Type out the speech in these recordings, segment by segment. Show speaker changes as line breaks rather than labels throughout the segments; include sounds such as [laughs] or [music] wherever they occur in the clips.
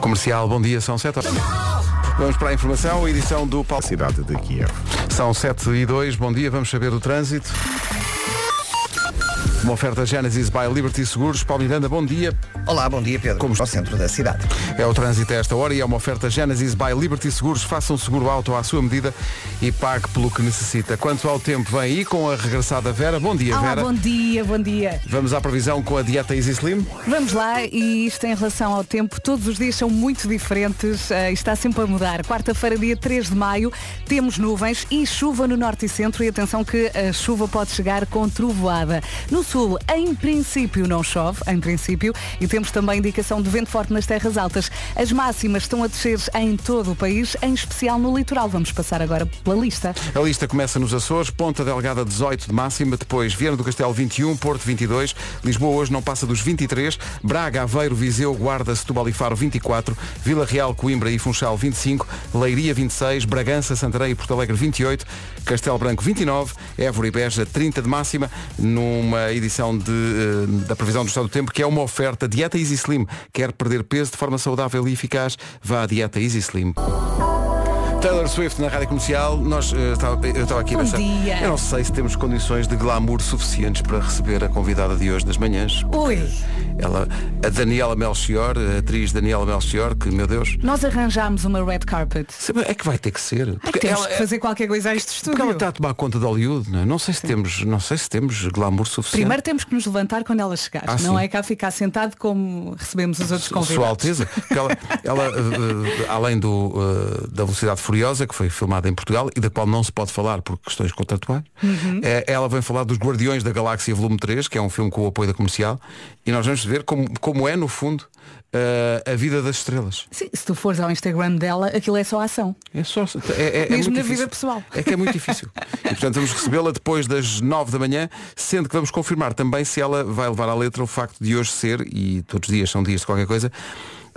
Comercial, bom dia, são 7 horas. Vamos para a informação, edição do Paulo.
Cidade de Kiev.
São 7 e 2, bom dia, vamos saber do trânsito. Uma oferta Genesis by Liberty Seguros. Paulo Miranda, bom dia.
Olá, bom dia Pedro. Como ao centro da cidade.
É o trânsito a esta hora e é uma oferta Genesis by Liberty Seguros. Faça um seguro auto à sua medida e pague pelo que necessita. Quanto ao tempo, vem aí com a regressada Vera. Bom dia,
Olá,
Vera.
bom dia, bom dia.
Vamos à previsão com a dieta Easy Slim.
Vamos lá, e isto em relação ao tempo, todos os dias são muito diferentes, eh, está sempre a mudar. Quarta-feira, dia 3 de maio, temos nuvens e chuva no norte e centro, e atenção que a chuva pode chegar com trovoada. No sul, em princípio, não chove, em princípio, e temos também indicação de vento forte nas terras altas. As máximas estão a descer em todo o país, em especial no litoral. Vamos passar agora pela lista.
A lista começa nos Açores, Ponta Delgada 18 de máxima, depois Viana do Castelo 21, Porto 22, Lisboa hoje não passa dos 23, Braga, Aveiro, Viseu, Guarda, Setúbal e Faro 24, Vila Real, Coimbra e Funchal 25, Leiria 26, Bragança, Santarém e Porto Alegre 28, Castelo Branco 29, Évora e Beja 30 de máxima, numa edição de, eh, da previsão do estado do tempo, que é uma oferta Dieta Easy Slim. Quer perder peso de forma saudável e eficaz? Vá à Dieta Easy Slim. Taylor Swift na rádio comercial, nós, eh, estava- eu estava aqui a
Bom
pensar.
dia.
Eu não sei se temos condições de glamour suficientes para receber a convidada de hoje das manhãs.
Oi!
Ela, a Daniela Melchior, a atriz Daniela Melchior, que meu Deus,
Nós arranjámos uma red carpet.
sabe, é que vai ter que ser.
Ai, temos que fazer qualquer coisa a este
é- porque ela
estúdio.
está a tomar conta de Hollywood, não é? Não sei se temos, não sei se temos glamour suficiente.
Primeiro temos que nos levantar quando ela chegar.
Ah,
não
sim.
é cá ficar sentado como recebemos os outros convidados.
Sua Alteza, que ela, ela, eh, eh, além do, eh, da Velocidade Furiosa, que foi filmada em Portugal e da qual não se pode falar por questões contratuais, eh, ela vem falar dos Guardiões da Galáxia Volume 3, que é um filme com o apoio da comercial, e nós vamos ver como, como é, no fundo, eh, a vida das estrelas.
Sim, se tu fores ao Instagram dela, aquilo é só ação.
É só. É, é- é muito
Mesmo na
difícil.
vida pessoal.
É que é muito difícil. E portanto vamos recebê-la depois das 9 da manhã, sendo que vamos confirmar também se ela vai levar à letra o facto de hoje ser, e todos os dias são dias de qualquer coisa,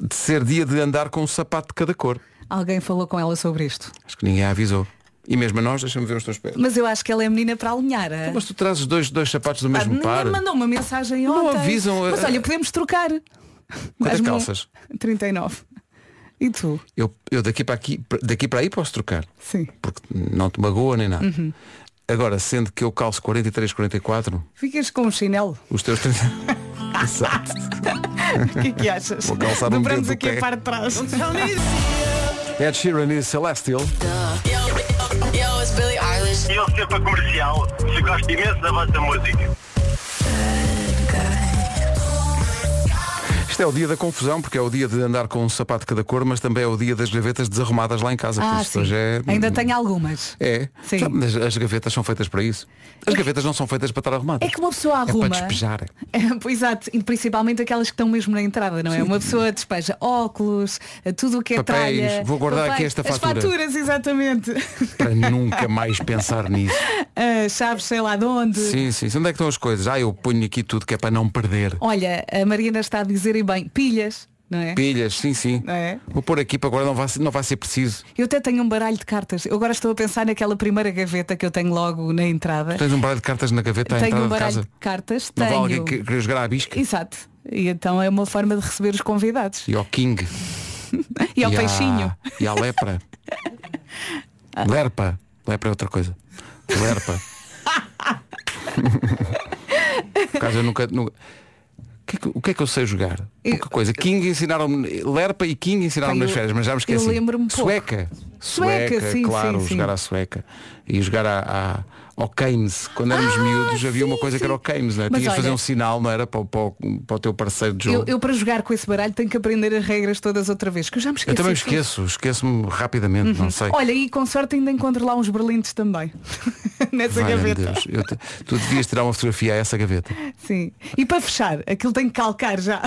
de ser dia de andar com um sapato de cada cor.
Alguém falou com ela sobre isto.
Acho que ninguém a avisou. E mesmo a nós, deixa-me ver os teus pés.
Mas eu acho que ela é menina para alinhar. a-
Então, Mas tu trazes dois, dois sapatos do
Ah,
mesmo
ninguém
par.
me mandou uma mensagem
Não
ontem.
avisam eh, a-
Mas olha, podemos trocar. um As
Quantas
mo-
calças?
39. E tu?
Eu, eu daqui para aqui, daqui para aí posso trocar.
Sim.
Porque não te magoa nem nada. Agora, sendo que eu calço 43, 44,
Ficas com um chinelo.
os
[laughs]
teus 30. [laughs] Exato.
O que é que achas?
Vou calçar um
Dobramos
dedo do
aqui
pé.
a parte de trás.
Ed Sheeran e Celestial.
Eu sempre a comercial, se gosto imenso da vossa música.
Isto é o dia da confusão, porque é o dia de andar com um sapato de cada cor, mas também é o dia das gavetas desarrumadas lá em casa.
Ah,
portanto, isto
sim.
hoje é...
Ainda tenho algumas.
É.
Sim.
Já, mas as gavetas são feitas para isso. As gavetas não são feitas para estar arrumadas.
É que uma pessoa arruma.
É para despejar.
É, pois, Exato, e principalmente aquelas que estão mesmo na entrada, não é? Uma pessoa despeja óculos, tudo o que é
Papéis,
tralha.
vou guardar aqui esta fatura.
As faturas, exatamente. [laughs]
Para nunca mais pensar nisso.
Ah, chaves, sei lá de onde.
Sim, sim. Onde é que estão as coisas? Ah, eu ponho aqui tudo que é para não perder.
Olha, a Mariana está a dizer e bem, pilhas, não é?
Pilhas, sim, sim.
Não é?
Vou pôr aqui para agora, não vai, ser- não vai ser preciso.
Eu até tenho um baralho de cartas. Eu agora estou a pensar naquela primeira gaveta que eu tenho logo na entrada.
Tens um baralho de cartas na gaveta à
tenho
entrada
um
de
baralho
casa.
de cartas,
Não vale
tenho.
alguém que querer jogar à bisca.
Exato. E então é uma forma de receber os convidados. é?
E ao King.
E ao
à-
peixinho.
E à lepra. Lerpa. Lepra é outra coisa. Lerpa. Por causa eu nunca. nunca... O que, é que, o que é que eu sei jogar?
Eu-
Pouca coisa. King ensinaram-me. Lerpa e King ensinaram-me
Pá,
nas
eu-
férias, mas já me esqueci.
eu lembro-me pouco.
Sueca.
Sueca, sim,
claro,
sim, sim.
jogar à sueca. E jogar à, à- ao Keynes. Quando éramos
Ah,
miúdos havia uma
sim,
coisa que era
sim.
o Keynes, não é?
Mas
Tinhas de fazer
olha-
um sinal, não era? Para, o- para, o- para o teu parceiro de jogo.
Eu, eu, para jogar com esse baralho tenho que aprender as regras todas outra vez, que eu já me esqueci.
Eu também me
de tudo.
esqueço, esqueço-me rapidamente, não sei.
Olha, e com sorte ainda encontro lá uns berlindes também. [laughs] Nessa
Valha-me
gaveta.
Deus. Eu te- tu devias tirar uma fotografia a essa gaveta.
Sim. E para fechar, aquilo tem que calcar
[laughs]
já.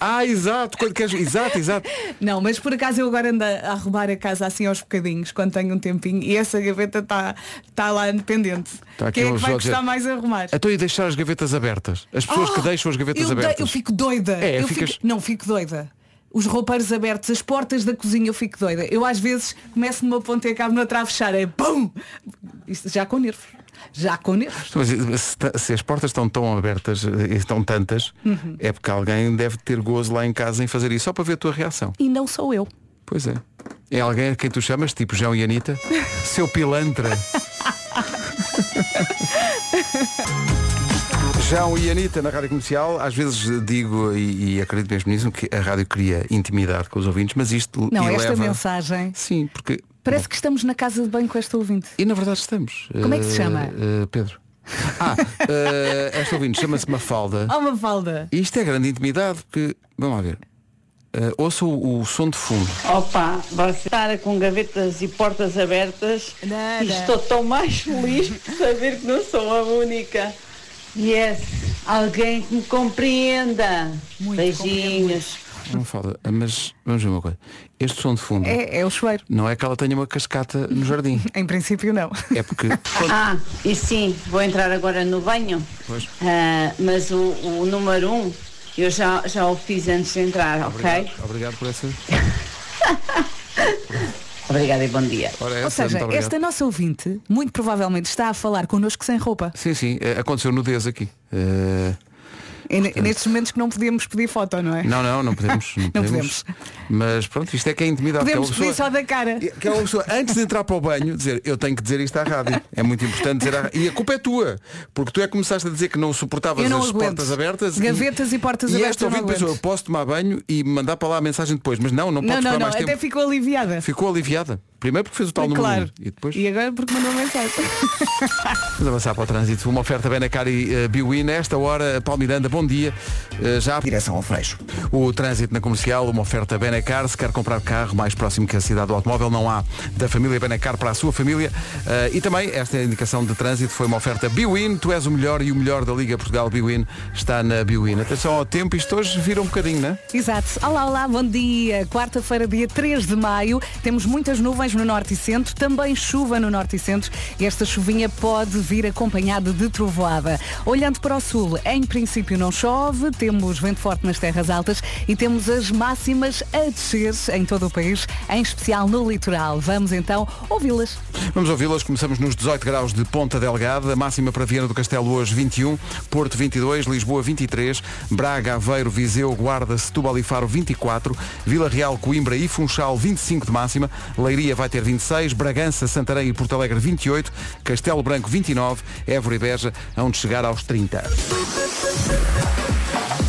Ah, exato, quando queres. Exato, exato.
Não, mas por acaso eu agora ando a arrumar a casa assim aos bocadinhos, quando tenho um tempinho, e essa gaveta está tá lá pendente.
Tá aqui
Quem é
uma
que vai
pessoa a
custar
dizer,
mais a arrumar?
Então e deixar as gavetas abertas. As pessoas
Oh,
que deixam as gavetas
eu dei-
abertas.
eu fico doida.
É,
eu
ficas-
fico, não, fico doida. Os roupeiros abertos, as portas da cozinha, eu fico doida. Eu às vezes começo numa ponta e acabo noutra a fechar. É pum! Isto já com nervos. Já com nervos.
Mas se, se as portas estão tão abertas eh, e estão tantas, é porque alguém deve ter gozo lá em casa em fazer isso, só para ver a tua reação.
E não sou eu.
Pois é. É alguém a quem tu chamas, tipo João e
[laughs]
Anitta? Seu pilantra. João e Anitta na Rádio Comercial, às vezes eh, digo e, e acredito mesmo nisso, que a rádio queria intimidade com os ouvintes, mas isto
Não,
eleva...
esta mensagem.
Sim, porque...
Parece que estamos na casa de banho com esta ouvinte.
E na verdade estamos.
Como é que se
Eh,
chama?
eh, Pedro. Ah, eh, esta ouvinte chama-se Mafalda.
Oh, uma falda.
E isto é grande intimidade, porque, vamos lá ver, Eh, ouça o, o som de fundo.
Opa, você estar com gavetas e portas abertas
Nada.
e estou tão mais feliz por saber que não sou a única. Yes, alguém que me compreenda.
Muito,
Beijinhos.
Não fala, Ah, mas vamos ver uma coisa. Este som de fundo,
É, é o chuveiro.
não é que ela tenha uma cascata no jardim.
Em princípio não.
É
[laughs]
porque quando-
Ah, e sim, vou entrar agora no banho.
Pois.
Ah, mas o, o número um, eu já, já o fiz antes de entrar, ok?
Obrigado, obrigado por essa.
Obrigada e bom dia.
Ora,
Ou
essa,
seja,
muito obrigado.
esta nossa ouvinte muito provavelmente está a falar connosco sem roupa.
Sim, sim, eh, aconteceu nudez aqui. Eh,
É ne- nestes momentos que não podíamos pedir foto, não é?
não, não, não podemos. Não,
[laughs] Não
podemos. Mas pronto, isto é que é intimidade. que é uma
Podemos pedir
pessoa-
só da cara.
que é uma pessoa, antes de entrar para o banho, dizer eu tenho que dizer isto à rádio. É muito importante dizer à rádio. E a culpa é tua, porque tu é que começaste a dizer que não suportavas
Eu não
as
aguento.
portas abertas.
Gavetas e portas
e
abertas
esta
eu não
ouvinte pensou,
aguento.
eu posso tomar banho e mandar para lá a mensagem depois. Mas não, não pode
Não, não,
ficar
não,
mais
até
tempo.
ficou aliviada.
Ficou aliviada. Primeiro porque fez o tal número
claro.
um. E depois
E agora porque mandou mensagem.
vamos avançar para o trânsito. Uma oferta bem na cara e eh, Biwin. Esta hora, Paulo Miranda, bom dia. Eh, já
Direção ao Freixo.
O trânsito na comercial, uma oferta Benacar. Se quer comprar carro mais próximo que a cidade do automóvel, não há da família Benacar para a sua família. Eh, e também esta indicação de trânsito foi uma oferta Biwin. Tu és o melhor e o melhor da Liga Portugal Biwin está na Biwin. Atenção ao tempo, isto hoje vira um bocadinho, né?
[laughs] Exato. Olá, olá, bom dia. Quarta-feira, dia 3 de maio. Temos muitas nuvens no norte e centro, também chuva no norte e centro. E esta chuvinha pode vir acompanhada de trovoada. Olhando para o sul, em princípio não chove, temos vento forte nas terras altas e temos as máximas a descer em todo o país, em especial no litoral. Vamos então ouvi-las.
Vamos ouvi-las. Começamos nos 18 graus de Ponta Delgada. Máxima para Viana do Castelo hoje 21, Porto 22, Lisboa 23, Braga, Aveiro, Viseu, Guarda, Setúbal e Faro 24, Vila Real, Coimbra e Funchal 25 de máxima, Leiria vai ter 26, Bragança, Santarém e Porto Alegre 28, Castelo Branco 29, Évora e Beja onde chegar aos 30.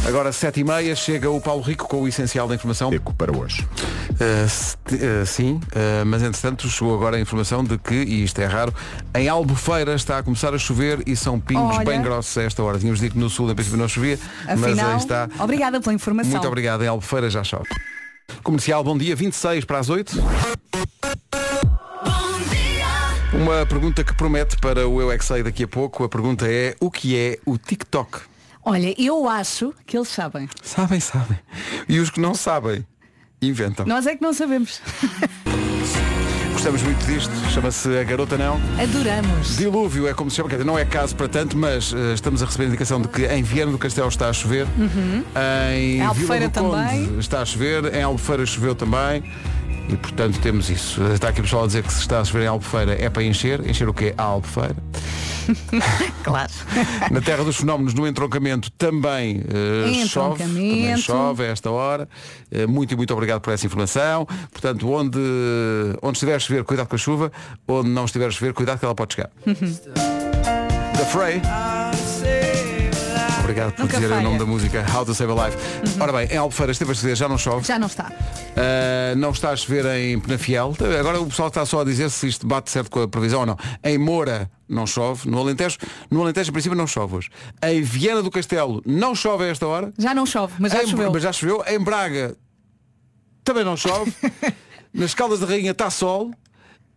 Agora 7 e meia chega o Paulo Rico com o essencial da informação.
Eco para hoje.
Uh, se- uh, sim, uh, mas entretanto chegou agora a informação de que, e isto é raro, em Albufeira está a começar a chover e são pingos
Olha.
bem grossos a esta hora. Tínhamos dito que no sul em princípio não chovia, mas
Afinal,
aí está.
obrigada pela informação.
Muito obrigado, em Albufeira já chove. Comercial, bom dia, 26 para as 8. Uma pergunta que promete para o Eu é Que Sei daqui a pouco. A pergunta é, o que é o TikTok?
Olha, eu acho que eles sabem.
Sabem, sabem. E os que não sabem, inventam.
Nós é que não sabemos.
Gostamos muito disto, chama-se A Garota Não.
Adoramos.
Dilúvio é como se chama, quer dizer, não é caso para tanto, mas eh, estamos a receber a indicação de que em Viana do Castelo está a chover, em
Uhum. Em
Vila
Albufeira
do Conde
também.
está a chover, em Albufeira choveu também e portanto temos isso. Está aqui o pessoal a dizer que se está a chover em Albufeira é para encher, encher o quê? A Albufeira.
Claro.
Na Terra dos Fenómenos, no entroncamento, também eh, chove. Também
Entroncamento.
chove a esta hora. Eh, muito e muito obrigado por essa informação. Portanto, onde, onde estiver a chover, cuidado com a chuva. Onde não estiver a chover, cuidado que ela pode chegar.
Uhum.
The Frey. Obrigado por
Nunca
dizer o
falha. Uhum.
nome da música How to Save a Life. Ora bem, em Albufeira esteve a chover, já não chove.
[laughs] Já não está.
Uh, não está a chover em Penafiel. Agora o pessoal está só a dizer se isto bate certo com a previsão ou não. Em Moura não chove, no Alentejo, no Alentejo em princípio não chove hoje. Em Viana do Castelo não chove a esta hora.
Já não chove, mas já
Em-
choveu.
mas já choveu. Em Braga também não
[laughs]
chove. Nas Caldas da Rainha está sol.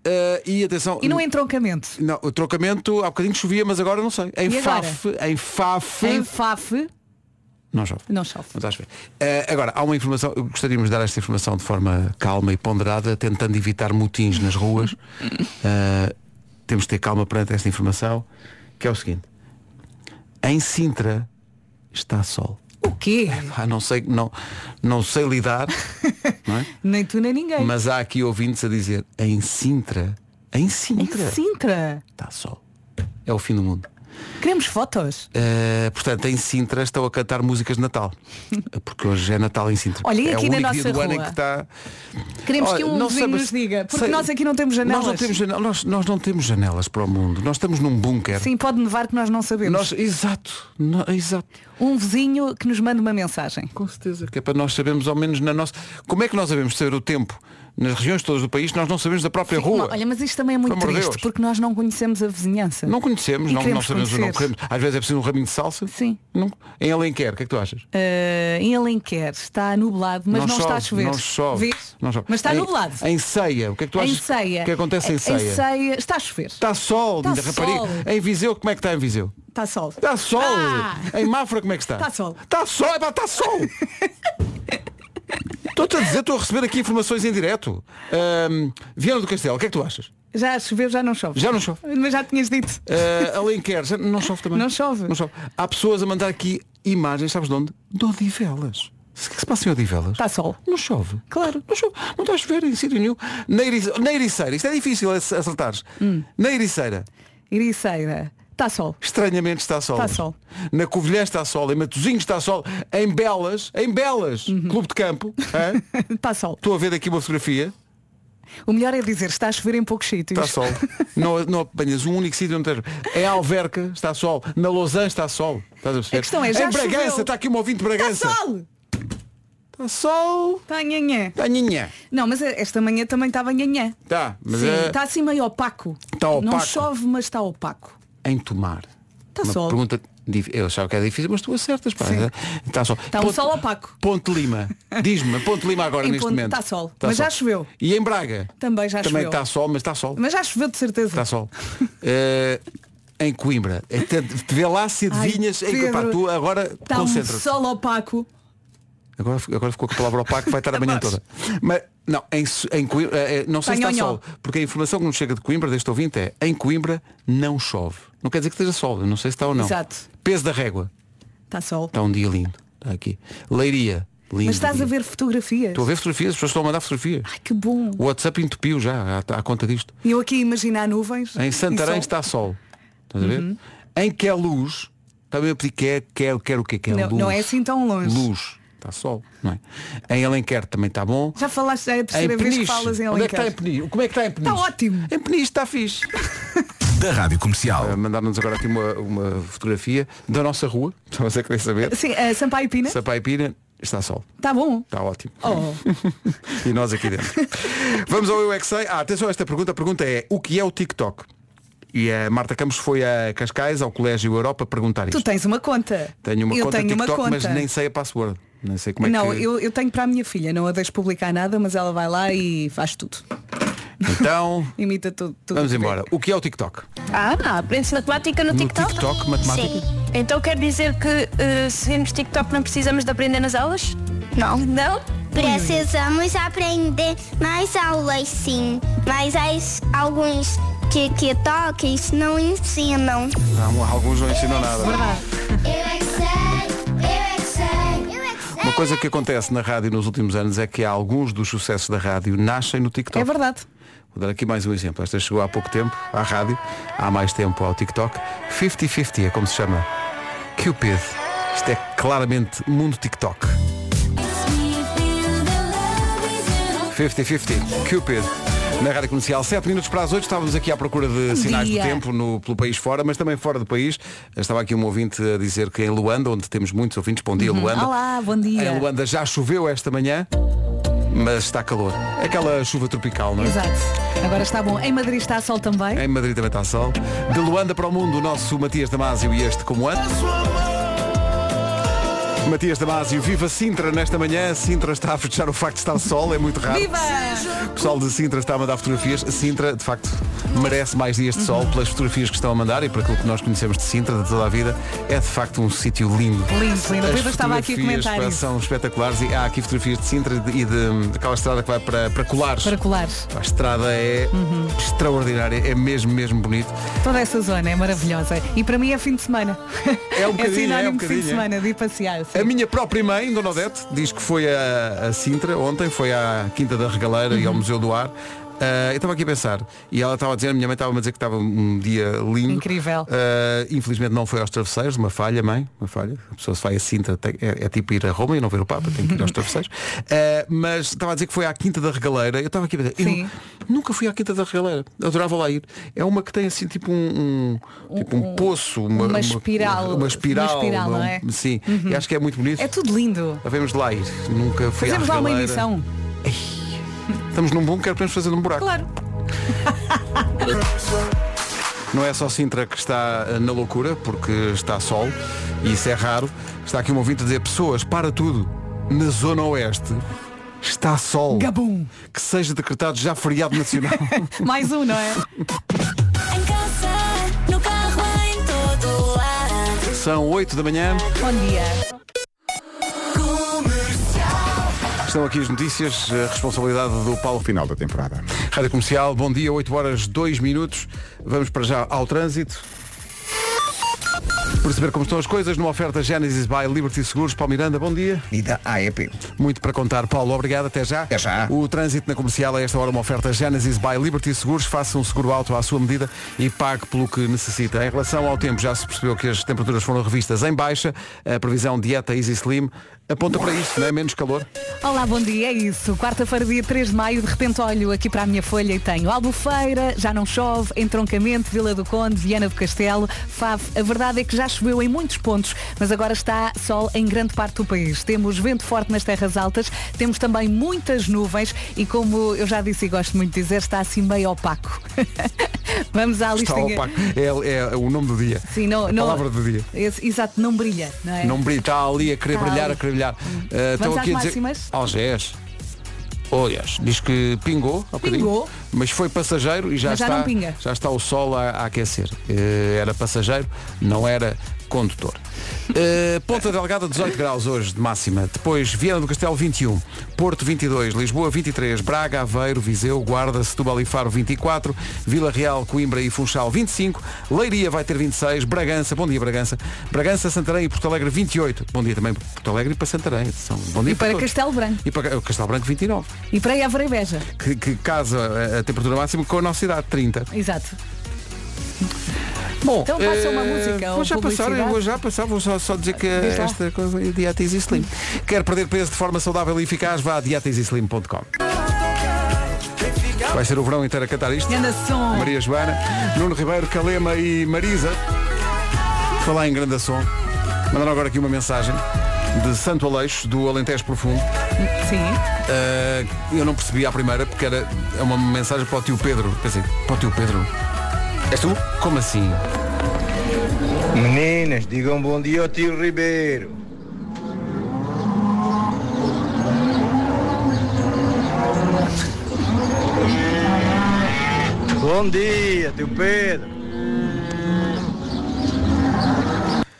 Uh, e atenção.
E é- no entroncamento.
não, o trocamento há bocadinho chovia, mas agora não sei. Em
E agora?
Faf, em Faf,
Em FAF
não chove.
não chove.
Não estás a ver. Eh, agora, há uma informação, gostaríamos de dar esta informação de forma calma e ponderada, tentando evitar motins nas
[laughs]
ruas. Eh, temos de ter calma perante esta informação, que é o seguinte. Em Sintra está sol.
O quê?
Ah, não sei, não, não sei lidar, não é?
Nem tu nem ninguém.
mas há aqui ouvintes a dizer, em Sintra, em
Em
Sintra
Sintra.
está sol. é o fim do mundo.
Queremos fotos.
Uh, portanto, em Sintra estão a cantar músicas de
[laughs]
Natal. Porque hoje é Natal em Sintra.
Olha, e
é
aqui
o
na
único dia
nossa
do ano em
rua?
que está.
Queremos
Olha,
que um
não
vizinho
sei, mas
nos diga. Porque
sei-
nós aqui não temos janelas.
Nós não temos, jane- nós, nós não temos janelas para o mundo. Nós estamos num bunker.
Sim, pode nevar que nós não sabemos.
Nós, exato, no- exato.
Um vizinho que nos manda uma mensagem.
Com certeza. Que é para nós sabermos ao menos na nossa. Como é que nós sabemos saber o tempo? Nas regiões todas do país nós não sabemos da própria rua.
Olha, mas isto também é muito
Pelo amor de
triste,
Deus.
porque nós não conhecemos a vizinhança.
Não conhecemos, não,
E
não
queremos
sabemos o não
conhecer.
queremos. Às vezes é preciso um raminho de salsa.
Sim.
Não. Em Alenquer, o que é que tu achas?
Eh, em Alenquer está nublado, mas não,
chove,
está a chover.
Não chove,
Vês?
não chove.
Mas está
em,
nublado.
Em ceia, o que é que tu
Em
achas?
ceia.
O que acontece em ceia? Tá.
está a chover.
Está sol,
Está
minha rapariga.
sol.
Em Viseu, como é que está em Viseu?
Está sol.
Está Tá sol.
Ah!
Em Mafra, como é que está?
Está sol.
Está sol, epá, está
[laughs]
sol. Estou-te a dizer, estou a receber aqui informações em direto. Ahm, Viana do Castelo, o que é que tu achas?
Já choveu, já não chove.
Já não chove.
Mas já tinhas dito.
Ah, Alenquer, já não chove também.
Não chove.
Não chove. Há pessoas a mandar aqui imagens, sabes de onde? De Odivelas. O que se passa em Odivelas?
Está sol.
Não chove.
Tá. Claro.
Não chove. Não está a chover em sítio nenhum. Na, Eri- na Ericeira, isto é difícil ac- acertares.
Hum.
Na Ericeira,
Iriceira, está sol.
estranhamente está sol.
Está sol.
Na Covilhã está sol, em Matosinhos está sol, em Belas, em Belas,
Uhum.
Clube de Campo. hã?
[laughs] Está sol.
Estou a ver aqui uma fotografia.
O melhor é dizer, está a chover em poucos sítios.
Está sol. não, não apanhas um único sítio onde estás. Em Alverca está sol. Na Lousã está sol. Estás a perceber?
A questão é, já
em Bragança,
choveu.
está aqui um ouvinte de Bragança.
Está sol!
Está sol. Tá,
Está nhanhã.
Está nhinhã.
Não, mas esta manhã também estava nhanhã.
Está, mas
Sim,
é
está assim meio opaco.
Está
Não
opaco.
chove, mas está opaco.
em tomar.
Está
Uma
sol.
pergunta dif- eu achava que era difícil, mas tu acertas, pá. Está sol.
Está um sol opaco.
Ponte Lima. Diz-me, Ponte Lima agora
Em
neste
Ponte-
momento. Tá
está sol, mas já choveu.
E em Braga?
Também já
Também
choveu.
está sol, mas está sol.
Mas já choveu de certeza.
Está
[laughs]
sol. Eh, em Coimbra. É tanto- Vê lá se
Ai,
adivinhas. em Coimbra.
Pedro.
Pá, tu agora
Está um
concentra-te.
sol opaco.
Agora, agora ficou com a palavra opaco, vai estar a manhã toda. Mas, não, em, Su- em Coimbra, eh, eh, não sei se
Tá
está
nhonhó.
sol, porque a informação que nos chega de Coimbra, deste ouvinte, é em Coimbra não chove. Não quer dizer que esteja sol, eu não sei se está ou não.
Exato.
Peso da régua,
Está sol.
está um dia lindo. Está aqui. Leiria, lindo.
Mas estás
dia.
a ver fotografias?
Estou a ver fotografias, as pessoas estão a mandar fotografias.
Ai, que bom.
O WhatsApp entupiu já, à, à conta disto.
E Eu aqui a imaginar nuvens.
Em
e
Santarém
sol.
está sol. Estás a ver?
Uhum.
Em Queluz, também eu pedi quer, quer, quer o que quer
Não,
luz.
não é assim tão longe.
Luz. Está sol, não é? Em Alenquer também está bom.
Já falaste, já é a
Em
terceira vez que
Peniche.
falas em
Onde é que
Alenquer.
está em Peniche? Como é que está em Peniche?
Está ótimo.
Em Peniche está fixe.
[laughs]
Eh,
Da Rádio Comercial.
Mandaram-nos agora aqui uma, uma fotografia da nossa rua. [laughs] Estamos a querer saber.
Sim, a Sampaio Pina.
Sapai Pina, está sol.
Está bom.
Está ótimo.
Oh.
[laughs] E nós aqui dentro. Vamos ao Eu é que Sei. Ah, atenção a esta pergunta. A pergunta é o que é o TikTok? E a Marta Campos foi a Cascais, ao Colégio Europa, perguntar
Tu
isto.
tens uma conta.
Tenho uma
eu
conta
tenho
TikTok,
uma conta.
mas nem sei a password. Nem sei como é
não,
que...
eu, eu tenho para a minha filha, não a deixo publicar nada, mas ela vai lá e faz tudo.
Então,
Imita tudo. tudo
vamos
que vê.
embora. O que é o TikTok?
Ah, aprendes matemática no,
No
TikTok?
TikTok, matemática?
Sim. Então quer dizer que eh, se virmos TikTok não precisamos de aprender nas aulas? Não. Não?
Precisamos aprender mais aulas, sim. Mas há es- alguns TikToks não ensinam.
Então,
Não, alguns não ensinam nada.
Eu é que sei, eu é que sei, eu é que sei.
Uma coisa que acontece na rádio nos últimos anos é que alguns dos sucessos da rádio nascem no TikTok.
É verdade.
Vou dar aqui mais um exemplo. Esta chegou há pouco tempo à rádio, há mais tempo ao TikTok. 50-50 é como se chama. Cupid. Isto é claramente mundo TikTok. 50-50, Cupid. Na Rádio Comercial, 7 minutos para as 8, estávamos aqui à procura de sinais
dia.
do tempo no, pelo país fora, mas também fora do país. Estava aqui um ouvinte a dizer que em Luanda, onde temos muitos ouvintes, bom dia Luanda.
Uhum. Olá, bom dia.
Em Luanda já choveu esta manhã, mas está calor. É Aquela chuva tropical, não é?
Exato. Agora está bom. Em Madrid está sol também.
Em Madrid também está sol. De Luanda para o mundo, o nosso Matias Damasio e este como antes. Matias Damasio, viva Sintra nesta manhã. Sintra está a fechar o facto de estar sol, é muito raro.
Viva!
O pessoal de Sintra está a mandar fotografias. Sintra, de facto, merece mais dias de sol pelas fotografias que estão a mandar e por aquilo que nós conhecemos de Sintra de toda a vida. É de facto um sítio lindo.
Lindo, lindo.
As
Pedro estava aqui a
fotografias,
comentar
pá,
isso.
São espetaculares e há aqui fotografias de Sintra e de, e de- aquela estrada que vai para, para Colares.
Para colares.
A estrada é extraordinária, é mesmo, mesmo bonito.
Toda essa zona é maravilhosa. E para mim é fim de semana.
É um
[laughs]
bocadinho, é um
sinónimo de fim
bocadinho,
de
é.
semana, de ir passear. sim.
A minha própria mãe,
Uhum.
Dona Odete, diz que foi a, a Sintra ontem, foi à Quinta da Regaleira e ao Museu do Ar. Ah, eu estava aqui a pensar, e ela estava a dizer, a minha mãe estava a dizer que estava um dia lindo.
Incrível.
Ah, infelizmente não foi aos travesseiros, uma falha, mãe, uma falha. A pessoa se vai a Sintra, tem- é, é tipo ir a Roma e não ver o Papa, tem que
[laughs]
ir aos travesseiros. Ah, mas estava a dizer que foi à Quinta da Regaleira. Eu estava aqui a pensar, eu
Sim.
nunca fui à Quinta da Regaleira. Eu Adorava lá ir. É uma que tem assim tipo um, um- tipo um poço, uma,
uma espiral.
Uma, espiral.
Uma espiral,
uma-
não é?
Sim. E acho que é muito bonito.
É tudo lindo.
Havemos de lá ir. Nunca fui à
Fazemos lá uma
Regaleira.
emissão.
Estamos num bom, quer podemos fazer num buraco.
Claro.
Não é só Sintra que está eh, na loucura, porque está sol, e isso é raro. Está aqui um ouvinte a dizer, pessoas, para tudo, na Zona Oeste está sol.
Gabum.
Que seja decretado já feriado
[laughs]
nacional.
Mais um, não é?
Em casa, no carro, em todo lado.
São 8 da manhã,
Bom dia.
estão aqui as notícias, a responsabilidade do Paulo
Final da temporada.
Rádio Comercial. Bom dia, 8 horas 2 minutos. Vamos para já ao trânsito. Perceber como estão as coisas, numa oferta Genesis by Liberty Seguros. Paulo Miranda, bom dia.
Vida AEP.
Muito para contar. Paulo, obrigado. Até já.
Até já.
O trânsito na comercial é esta hora uma oferta Genesis by Liberty Seguros. Faça um seguro alto à sua medida e pague pelo que necessita. Em relação ao tempo, já se percebeu que as temperaturas foram revistas em baixa. A previsão dieta Easy Slim aponta para isto, não é? Menos calor.
Olá, bom dia, é isso. Quarta-feira, dia 3 de maio, de repente olho aqui para a minha folha e tenho Albufeira, já não chove, Entroncamento, Vila do Conde, Viana do Castelo, Fave. A verdade é que já choveu em muitos pontos, mas agora está sol em grande parte do país. Temos vento forte nas terras altas, temos também muitas nuvens e como eu já disse e gosto muito de dizer, está assim meio opaco. [laughs] Vamos à
Está
listinha.
opaco. É, é o nome do dia.
Sim, não,
a
não-
palavra do dia.
Esse- exato, não brilha, não é?
Não brilha. Está ali a querer
Está
brilhar,
ali.
a querer brilhar. Uh, estão
Vamos
aqui
às
a dizer.
máximas?
Algés. Olhas, diz que pingou, há bocadinho,
Pingou.
mas foi passageiro e já,
Mas já
está,
não pinga.
já está o sol a, a aquecer. Eh, era passageiro, não era condutor. Eh, Ponta Delgada 18 graus hoje de máxima, depois Viana do Castelo 21, Porto 22, Lisboa 23, Braga, Aveiro, Viseu, Guarda, Setúbal e Faro 24, Vila Real, Coimbra e Funchal 25, Leiria vai ter 26, Bragança, bom dia Bragança, Bragança, Santarém e Porto Alegre 28, bom dia também Porto Alegre e para Santarém, São- bom dia
E para
todos.
Castelo Branco.
E para Castelo Branco 29
E para aí haverá inveja.
que, que casa eh, a, a temperatura máxima com a nossa idade, 30.
Exato.
Bom, eh,
Então passa uma música
Vou
ou
já passar,
publicidade.
eu vou já passar, vou só, só dizer que
Diz lá.
esta coisa é Dieta Easy Slim. Quer perder peso de forma saudável e eficaz, vá a dietaeasyslim.com. Vai ser o verão inteiro a cantar isto.
Ganda som.
Maria Joana, Nuno Ribeiro, Calema e Marisa. Falar em grande som. Mandaram agora aqui uma mensagem de Santo Aleixo, do Alentejo Profundo.
Sim.
Uh, eu não percebi à primeira porque era é uma mensagem para o tio Pedro. Pensei, para o tio Pedro. És tu? Como assim?
Meninas, digam bom dia ao tio Ribeiro. Bom dia, tio Pedro.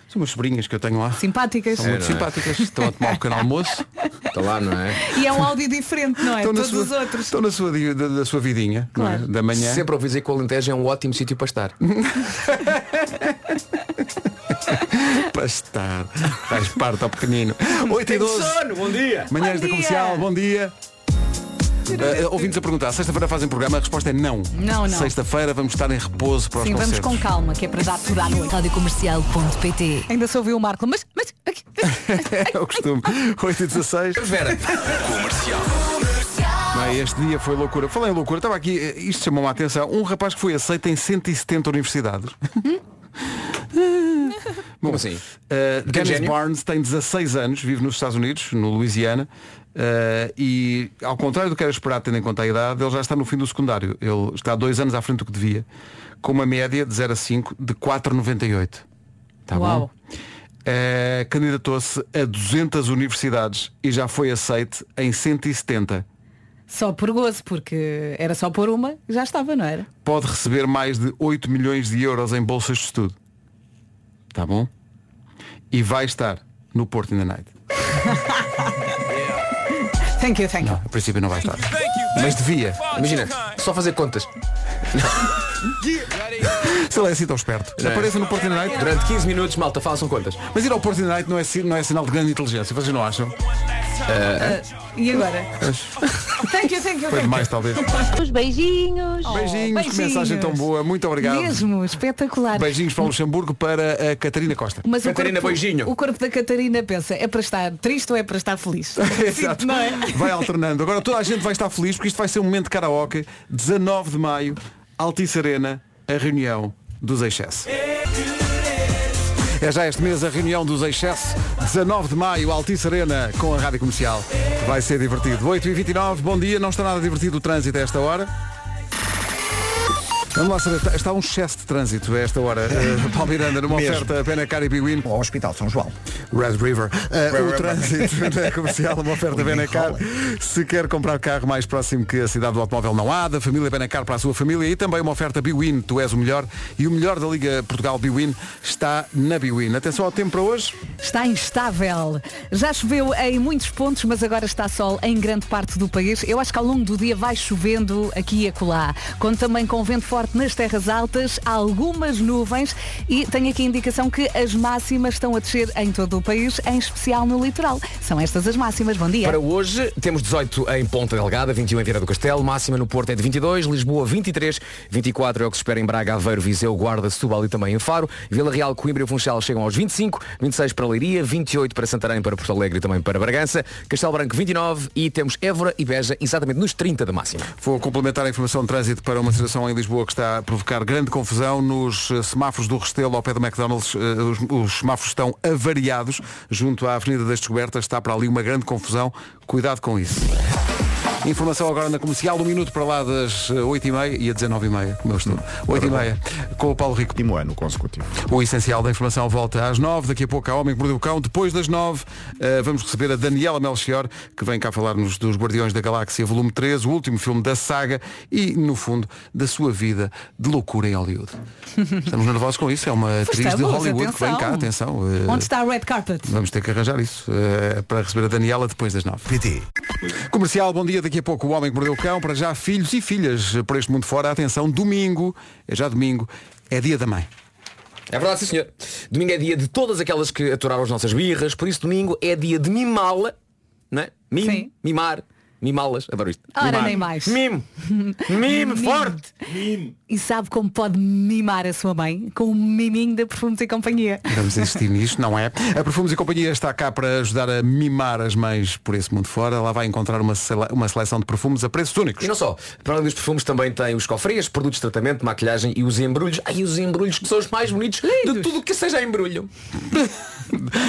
São umas sobrinhas que eu tenho lá.
Simpáticas.
São muito simpáticas. Estão a tomar um pequeno
[laughs]
almoço.
Está lá, não é?
E é um áudio diferente, não é?
estão Então, na
Todos
sua,
os outros.
Estão na sua, di- da, da sua vidinha, não é?
Claro.
da manhã.
Sempre ouvi dizer que o Alentejo é um ótimo sítio para estar.
para estar. Faz parte ao pequenino. 8 e 12.
bom dia.
Manhãs
Bom
da
dia.
comercial, bom dia. Uh, ouvintes a perguntar, sexta-feira fazem programa? A resposta é não.
Não, não.
Sexta-feira vamos estar em repouso para os
Sim, vamos
concertos.
com calma, que é para dar tudo à noite.
Radiocomercial.pt
Ainda se ouviu o Marco, mas. mas aqui,
[laughs] É o costume. 8 e 16.
Vera,
Bem, é, este dia foi loucura. Falei em loucura, estava aqui, eh, isto chamou-me a atenção. Um rapaz que foi aceito em 170 universidades.
como assim?
Uh, Dennis
gênio.
Barnes tem 16 anos, vive nos Estados Unidos, no Louisiana, uh, e ao contrário do que era esperado, tendo em conta a idade, ele já está no fim do secundário. Ele está dois anos à frente do que devia, com uma média de 0 a 5 de 4,98. Tá bom?
Uau.
Uh, Candidatou-se a 200 universidades e já foi aceito em 170.
Só por gozo, porque era só por uma e já estava, não era?
pode receber mais de 8 milhões de euros em bolsas de estudo. Tá bom? E vai estar no Porto in the Night.
Thank you, thank you.
A princípio não vai estar. Mas devia.
Imagina, só fazer contas.
[laughs] Se ele é assim tão esperto. Apareça no Porto in the Night.
Durante 15 minutos, malta, façam contas.
Mas ir ao Porto in the Night não é, si- não é sinal de grande inteligência, vocês não acham?
Ah,
E agora? thank you, thank you.
Foi
thank
demais, talvez.
you. Os Oh, beijinhos.
Beijinhos, que mensagem tão boa. Muito obrigado.
Mesmo, espetacular.
Beijinhos para o Luxemburgo, para a Catarina Costa.
Mas o corpo, O corpo da Catarina pensa, é para estar triste ou é para estar feliz?
[laughs] Exato.
Não é?
Vai alternando. Agora toda a gente vai estar feliz porque isto vai ser um momento de karaoke. 19 de maio, Altice Arena, a reunião dos Excesso. É já este mês a reunião dos Excesso. 19 de maio, Altice Arena, com a Rádio Comercial. Vai ser divertido. 8h29, bom dia. Não está nada divertido o trânsito a esta hora. Vamos lá saber, está- está um excesso de trânsito a esta hora. Uh, Palmiranda, numa
Mesmo.
oferta Pena Cara e Biwin.
Ao Hospital São João.
Red River. Eh,
Red
o
River.
trânsito
[laughs]
na comercial, uma oferta
O
Benacar. Se quer comprar carro mais próximo que a cidade do automóvel não há, da família Benacar para a sua família e também uma oferta Biwin. Tu és o melhor e o melhor da Liga Portugal Biwin está na Biwin. Atenção ao tempo para hoje.
Está instável. Já choveu em muitos pontos, mas agora está sol em grande parte do país. Eu acho que ao longo do dia vai chovendo aqui e acolá. Conto também com vento forte nas terras altas, algumas nuvens e tenho aqui a indicação que as máximas estão a descer em todo o país, em especial no litoral. São estas as máximas. Bom dia.
Para hoje, temos 18 em Ponta Delgada, 21 em Vieira do Castelo, máxima no Porto é de 22, Lisboa 23, 24 é o que se espera em Braga, Aveiro, Viseu, Guarda, Setúbal e também em Faro, Vila Real, Coimbra e Funchal chegam aos 25, 26 para Leiria, 28 para Santarém, para Porto Alegre e também para Bragança, Castelo Branco 29 e temos Évora e Beja exatamente nos 30 da máxima.
Vou complementar a informação de trânsito para uma situação em Lisboa que está a provocar grande confusão nos eh, semáforos do Restelo ao pé do McDonald's. eh, Os, os semáforos estão avariados junto à Avenida das Descobertas. Está para ali uma grande confusão. Cuidado com isso. Informação agora na comercial, um minuto para lá das eh, 8h30 e a 19h30, como eu estou. 8h30, com o Paulo Rico.
Último ano consecutivo.
O essencial da informação volta às 9, daqui a pouco há Homem que Mordeu o Cão. Depois das 9, eh, vamos receber a Daniela Melchior, que vem cá falar-nos dos Guardiões da Galáxia, volume 13, o último filme da saga e, no fundo, da sua vida de loucura em Hollywood.
[laughs]
Estamos nervosos com isso, é uma atriz de
Estamos,
Hollywood que vem cá, atenção. eh,
Onde está a red carpet?
Vamos ter que arranjar isso eh, para receber a Daniela depois das 9. PT. Comercial, bom dia. Daqui a pouco o Homem que Mordeu o Cão. Para já, filhos e filhas eh, por este mundo fora. Atenção, domingo, é já domingo, é dia da mãe.
É verdade, sim senhor. Domingo é dia de todas aquelas que aturaram as nossas birras, por isso domingo é dia de mimá-la, não é? Mim, mimar, mimá-las, adoro isto.
Ora,
Mimar.
nem mais. [laughs]
Mimo. Mimo forte.
E sabe como pode mimar a sua mãe? Com o miminho da Perfumes e Companhia.
Vamos insistir nisto, não é? A Perfumes e Companhia está cá para ajudar a mimar as mães por esse mundo fora. Lá vai encontrar uma, sele- uma seleção de perfumes a preços únicos.
E não só, para além dos perfumes também tem os cofres, produtos de tratamento, maquilhagem e os embrulhos. Ai, os embrulhos que são os mais bonitos de tudo o que seja embrulho.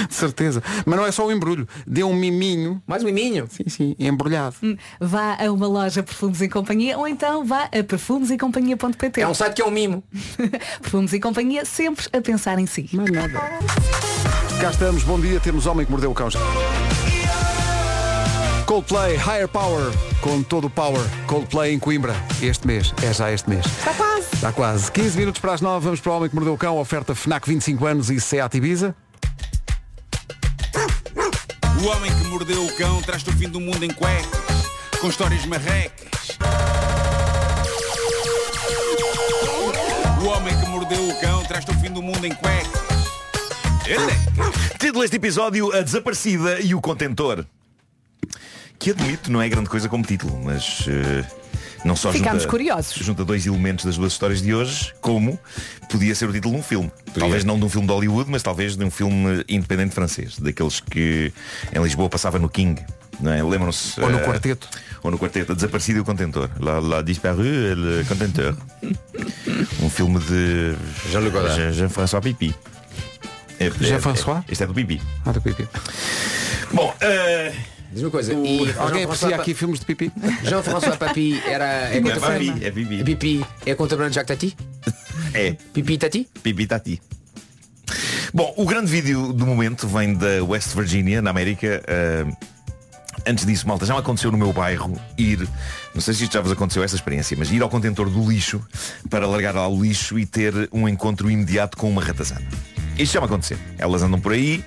De certeza. Mas não é só o embrulho. Dê um miminho.
Mais um miminho?
Sim, sim, embrulhado.
Hum, Vá a uma loja Perfumes e Companhia ou então vá a perfumesecompanhia.pt
É um site que é um mimo.
[laughs] Perfumes e Companhia sempre a pensar em si.
Mas é nada. Cá estamos, bom dia, temos Homem que Mordeu o Cão. Coldplay, Higher Power, com todo o power. Coldplay em Coimbra, este mês, é já este mês. Está quase. Está quase. 15 minutos para as 9, vamos para o Homem que Mordeu o Cão, oferta FNAC 25 anos e SEAT Ibiza.
O homem que mordeu o cão traz-te o fim do mundo em cuecas, com histórias marrecas. O homem que mordeu o cão traz-te o fim do mundo em cuecas.
é. Título deste episódio A Desaparecida e o Contentor Que admito não é grande coisa como título Mas eh, não só
Ficámos
junta,
curiosos.
junta dois elementos das duas histórias de hoje Como podia ser o título de um filme Talvez não de um filme de Hollywood Mas talvez de um filme independente francês Daqueles que em Lisboa passava no King não é? Lembram-se
Ou no
eh,
Quarteto.
Ou no quarteto A Desaparecida e o Contentor La, la Disparue et le Contenteur Um filme de Jean-Luc
Godard.
Jean-François Pipi É- é-
Jean-François?
Este é do Pipi
Ah, do Pipi.
Bom, eh,
Diz uma coisa, e
Alguém
Jean-François
aprecia
Pa-
aqui filmes de pipi?
Jean-François Papi era é
É
contemporâneo.
Papi, é Pipi.
Pipi é contemporâneo de Jacques Tati?
É.
Pipi Tati?
Pipi Tati. Bom, o grande vídeo do momento vem da West Virginia, na América. Ah, antes disso, malta, já me aconteceu no meu bairro ir, não sei se isto já vos aconteceu essa experiência, mas ir ao contentor do lixo para largar lá o lixo e ter um encontro imediato com uma ratazana. Isto já me aconteceu. Elas andam por aí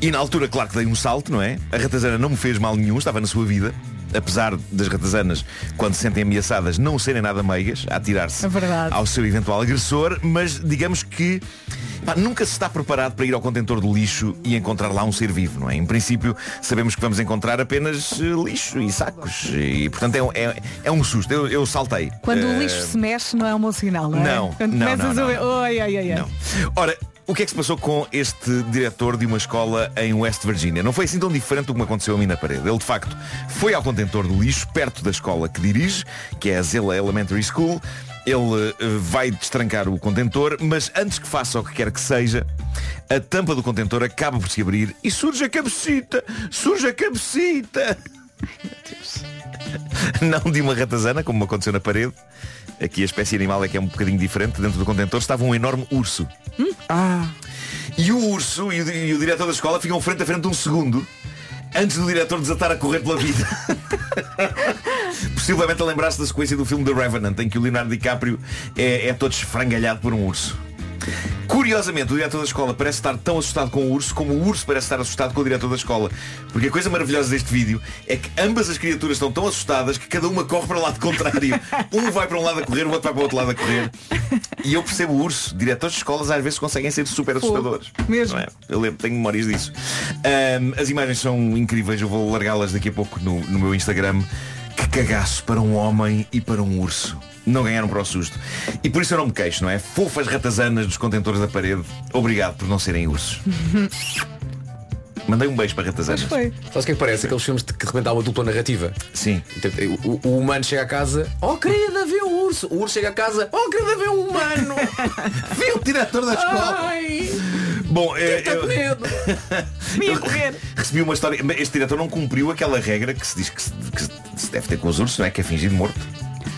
e na altura, claro que dei um salto, não é? A ratazana não me fez mal nenhum, estava na sua vida. apesar das ratazanas, quando se sentem ameaçadas, não serem nada meigas a atirar-se
É verdade.
ao seu eventual agressor, mas digamos que pá, nunca se está preparado para ir ao contentor de lixo e encontrar lá um ser vivo, não é? Em princípio, sabemos que vamos encontrar apenas eh, lixo e sacos. E, portanto, é um, é- é um susto. Eu, eu saltei.
Quando
Eh,
o lixo se mexe não é um bom sinal, não é?
não,
Quando
não,
começas
não,
a...
não.
Oi, ai, ai, ai.
Ora, o que é que se passou com este diretor de uma escola em West Virginia? Não foi assim tão diferente do que me aconteceu a mim na parede. Ele, de facto, foi ao contentor de lixo perto da escola que dirige, que é a Zela Elementary School. Ele eh, vai destrancar o contentor, mas antes que faça o que quer que seja, a tampa do contentor acaba por se abrir e surge a cabecita! Surge a cabecita! não de uma ratazana, como aconteceu na parede. Aqui a espécie animal é que é um bocadinho diferente. Dentro do contentor estava um enorme urso. E o urso e o, e o diretor da escola ficam frente a frente um segundo antes do diretor desatar a correr pela vida. [laughs] Possivelmente a lembrar-se da sequência do filme The Revenant, em que o Leonardo DiCaprio é, é todo esfrangalhado por um urso. Curiosamente, o diretor da escola parece estar tão assustado com o urso como o urso parece estar assustado com o diretor da escola. Porque a coisa maravilhosa deste vídeo é que ambas as criaturas estão tão assustadas que cada uma corre para o lado contrário. Um vai para um lado a correr, o outro vai para o outro lado a correr. E eu percebo o urso. Diretores de escolas às vezes conseguem ser super
Fogo.
assustadores.
Mesmo.
Não é? Eu lembro, tenho memórias disso. Ahm, as imagens são incríveis, eu vou largá-las daqui a pouco no, no meu Instagram. Que cagaço para um homem e para um urso. Não ganharam para o susto. E por isso eu não me queixo, não é? Fofas ratazanas dos contentores da parede. Obrigado por não serem [laughs] ursos. Mandei um beijo para ratazanas.
Foi.
Sabes o que é que parece? Aqueles filmes de que de repente há uma dupla narrativa. Então, eh,
Sim.
O, o humano chega a casa. Oh querida, vê o urso. O urso chega a casa. Oh querida, vê o [laughs] humano.
vê o diretor da escola.
Ai,
Bom, eh,
está com
eu,
É medo.
eu recebi uma história. Este diretor não cumpriu aquela regra que se diz que se, que se deve ter com os ursos, não é? Que é fingido morto.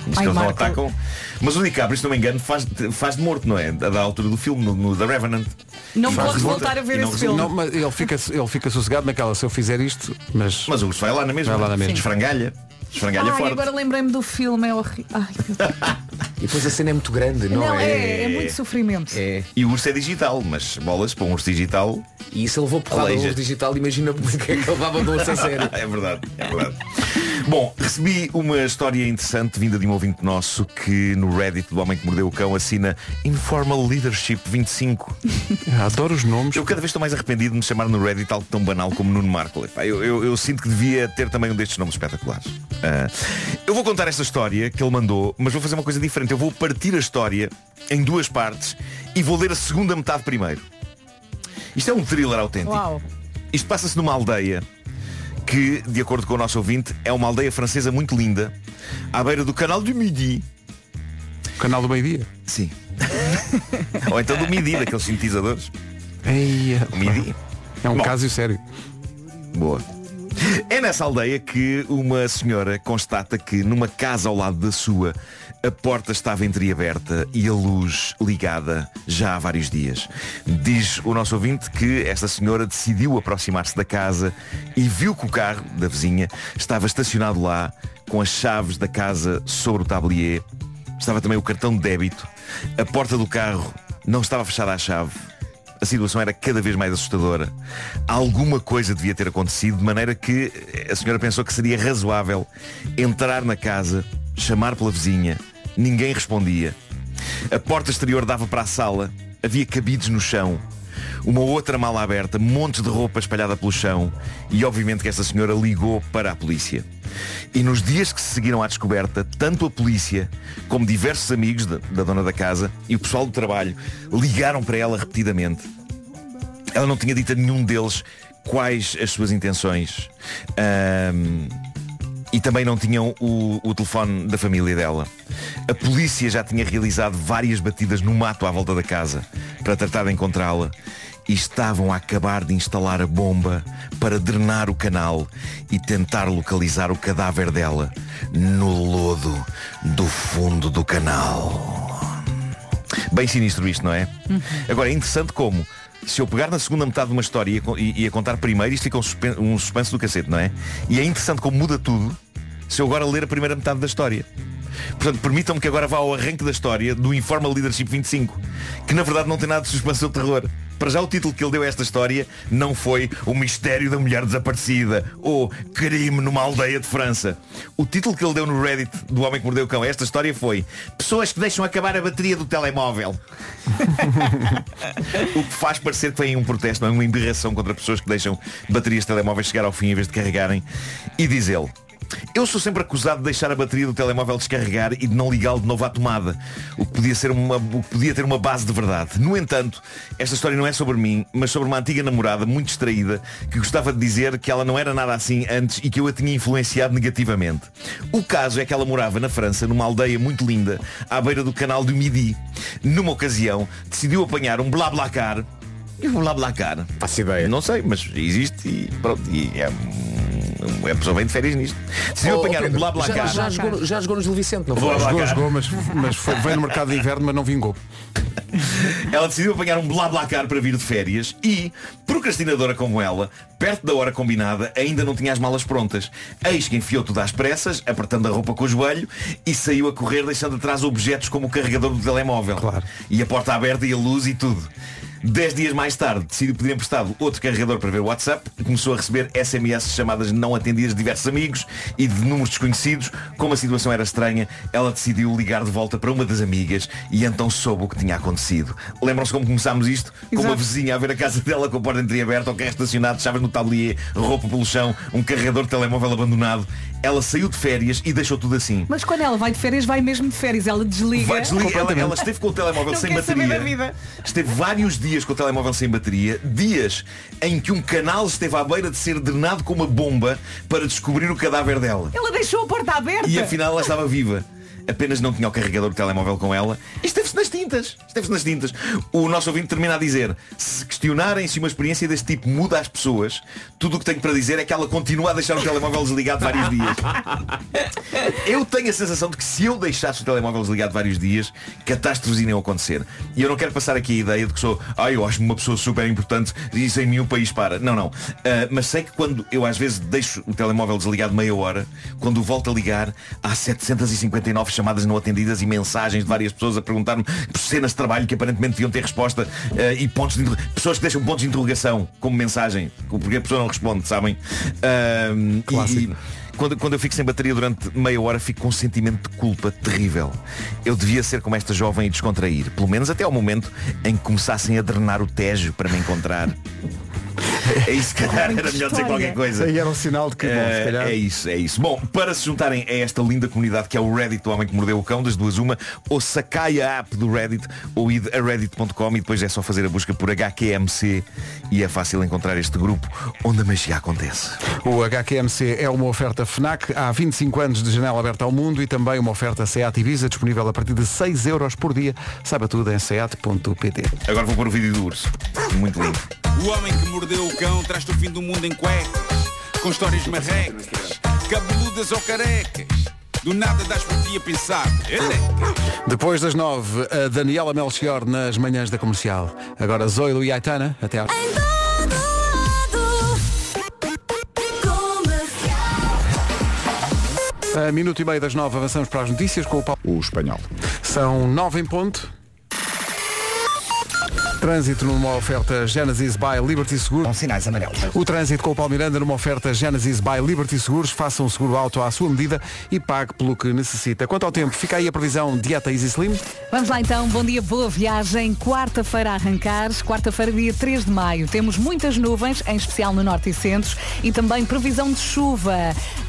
Diz
Ai,
que eles não
Marco.
atacam. Mas o DiCaprio, se não me engano, faz, faz de morto, não é? Da, da altura do filme, no, no The Revenant.
Não
Faz
podes
de morto
voltar a ver
e não
esse
resulta.
filme.
[laughs] Não, mas ele fica, ele fica sossegado naquela, se eu fizer isto, mas.
Mas o urso vai lá na mesma.
Vai lá na mesma. Sim.
Esfrangalha. Esfrangalha
Ai,
forte.
agora lembrei-me do filme, é horrível. Ai, meu Deus.
E depois a cena é muito grande, não,
Não,
é?
é, é muito sofrimento.
E o urso é digital, mas bolas para um urso digital. [laughs]
E se ele levou porrada ao
Aleija.
urso digital, imagina porque é que ele levava do urso a [laughs] sério.
É verdade, é verdade. Bom, recebi uma história interessante vinda de um ouvinte nosso que no Reddit do Homem que Mordeu o Cão assina Informal Leadership 25.
Adoro os nomes.
Eu cada vez estou mais arrependido de me chamar no Reddit algo tão banal como Nuno Marco. Epá, Eu, eu- eu sinto que devia ter também um destes nomes espetaculares. Ah, eu vou contar esta história que ele mandou, mas vou fazer uma coisa diferente. Eu vou partir a história em duas partes e vou ler a segunda metade primeiro. Isto é um thriller autêntico.
Uau.
Isto passa-se numa aldeia que, de acordo com o nosso ouvinte, é uma aldeia francesa muito linda, à beira do canal do Midi.
Canal do meio-dia.
Sim. Ou então do Midi, daqueles sintetizadores.
Eia,
O Midi.
É um
Bom.
caso sério.
Boa. É nessa aldeia que uma senhora constata que numa casa ao lado da sua a porta estava entreaberta e a luz ligada já há vários dias. Diz o nosso ouvinte que esta senhora decidiu aproximar-se da casa e viu que o carro da vizinha estava estacionado lá com as chaves da casa sobre o tablier. Estava também o cartão de débito. A porta do carro não estava fechada à chave. A situação era cada vez mais assustadora. Alguma coisa devia ter acontecido, de maneira que a senhora pensou que seria razoável entrar na casa, chamar pela vizinha. Ninguém respondia. A porta exterior dava para a sala. Havia cabides no chão. Uma outra mala aberta, montes de roupa espalhada pelo chão. E obviamente que esta senhora ligou para a polícia. E nos dias que se seguiram à descoberta, tanto a polícia como diversos amigos da, da dona da casa e o pessoal do trabalho ligaram para ela repetidamente. Ela não tinha dito a nenhum deles quais as suas intenções. Ahm, e também não tinham o, o telefone da família dela. A polícia já tinha realizado várias batidas no mato à volta da casa para tratar de encontrá-la e estavam a acabar de instalar a bomba para drenar o canal e tentar localizar o cadáver dela no lodo do fundo do canal. Bem sinistro isto, não é? Agora, é interessante como, se eu pegar na segunda metade de uma história e a con- e, e a contar primeiro, isto fica um suspense, um suspense do cacete, não é? E é interessante como muda tudo se eu agora ler a primeira metade da história. Portanto, permitam-me que agora vá ao arranque da história do Informal Leadership 25, que na verdade não tem nada de suspense ou terror. Para já o título que ele deu a esta história não foi O Mistério da Mulher Desaparecida ou Crime numa Aldeia de França. O título que ele deu no Reddit do Homem que Mordeu o Cão a esta história foi Pessoas que deixam acabar a bateria do telemóvel. o que faz parecer que vem um protesto, não é uma indignação contra pessoas que deixam baterias de telemóveis chegar ao fim em vez de carregarem. E diz ele, eu sou sempre acusado de deixar a bateria do telemóvel descarregar e de não ligá-lo de novo à tomada, o que, podia ser uma, o que podia ter uma base de verdade. No entanto, esta história não é sobre mim, mas sobre uma antiga namorada muito distraída que gostava de dizer que ela não era nada assim antes e que eu a tinha influenciado negativamente. O caso é que ela morava na França, numa aldeia muito linda, à beira do canal do Midi. Numa ocasião, decidiu apanhar um BlaBlaCar e o BlaBlaCar? Faço ideia. Não sei, mas existe e pronto, e é um- é pessoa bem de férias nisto. Decidiu
Oh,
apanhar um
Pedro,
BlaBlaCar.
Já, já, jogou, já jogou no Gil Vicente, não foi?
Blá, blá,
[laughs]
Jogou,
cara.
jogou, mas, mas foi, veio no mercado de inverno, mas não vingou.
Ela decidiu apanhar um BlaBlaCar para vir de férias e, procrastinadora como ela, perto da hora combinada, ainda não tinha as malas prontas. Eis que enfiou tudo às pressas, apertando a roupa com o joelho e saiu a correr deixando atrás objetos como o carregador do telemóvel. E a porta aberta e a luz e tudo. Dez dias mais tarde, decidiu pedir emprestado outro carregador para ver o WhatsApp e começou a receber SMS de chamadas não atendidas de diversos amigos e de números desconhecidos. Como a situação era estranha, ela decidiu ligar de volta para uma das amigas e então soube o que tinha acontecido. Lembram-se como começámos isto? Com uma
Exato.
vizinha a ver a casa dela com a porta entreaberta, o carro estacionado, chaves no tablier, roupa pelo chão, um carregador de telemóvel abandonado. Ela saiu de férias e deixou tudo assim.
Mas quando ela vai de férias, vai mesmo de férias. Ela desliga.
Vai desligar. Ela, ela esteve com o telemóvel
Não
sem
quer saber
bateria.
da vida.
Esteve vários dias com o telemóvel sem bateria. Dias em que um canal esteve à beira de ser drenado com uma bomba para descobrir o cadáver dela.
Ela deixou a porta aberta.
E afinal ela estava viva. Apenas não tinha o carregador do telemóvel com ela. E Esteve-se nas tintas. Esteve-se nas tintas. O nosso ouvinte termina a dizer Se questionarem se uma experiência deste tipo muda as pessoas Tudo o que tenho para dizer é que ela continua a deixar o telemóvel desligado vários dias Eu tenho a sensação de que se eu deixasse o telemóvel desligado vários dias Catástrofes iriam acontecer E eu não quero passar aqui a ideia de que sou Ai, eu acho-me uma pessoa super importante E sem mim o país para Não, não Ah, Mas sei que quando eu às vezes deixo o telemóvel desligado meia hora Quando volto a ligar Há 759 chamadas não atendidas E mensagens de várias pessoas a perguntar-me por Cenas de trabalho que aparentemente deviam ter resposta ah, E pontos de inter- Pessoas que deixam pontos de interrogação como mensagem Porque a pessoa não responde, sabem? Ah, e-
Clássico.
e quando, quando eu fico sem bateria durante meia hora fico com um sentimento de culpa terrível. Eu devia ser como esta jovem e descontrair, pelo menos até ao momento em que começassem a drenar o Tejo para me
[laughs]
encontrar. É isso, se calhar
Olha que
era melhor dizer
história.
qualquer coisa.
Aí era um sinal de que, bom, se
Eh,
calhar-
É isso, é isso. Bom, para se juntarem a esta linda comunidade que é o Reddit do Homem que Mordeu o Cão, das duas uma, ou sacai a app do Reddit ou id a reddit.com e depois é só fazer a busca por HQMC e é fácil encontrar este grupo onde a magia acontece.
O HQMC é uma oferta FNAC há 25 anos de janela aberta ao mundo e também uma oferta SEAT Ibiza disponível a partir de 6 euros por dia. Saiba tudo em seat.pt.
Agora vou pôr o vídeo do urso. Muito lindo.
O homem que mordeu o cão traz-te o fim do mundo em cuecas, com histórias marrecas, cabeludas ou carecas. Do nada das por ti a pensar. Ele
Depois das 9, a Daniela Melchior nas manhãs da comercial. Agora Zoilo e Aitana, até à... A minuto e meio das 9 avançamos para as notícias com o Paulo. O espanhol. São 9 em ponto. Trânsito numa oferta Genesis by Liberty Seguros. Com sinais amarelos. O trânsito com o Paulo Miranda numa oferta Genesis by Liberty Seguros. Faça um seguro auto à sua medida e pague pelo que necessita. Quanto ao tempo, fica aí a previsão Dieta Easy Slim.
Vamos lá então, bom dia, boa viagem. Quarta-feira a arrancar, quarta-feira, dia 3 de maio. Temos muitas nuvens, em especial no norte e centros, e também previsão de chuva.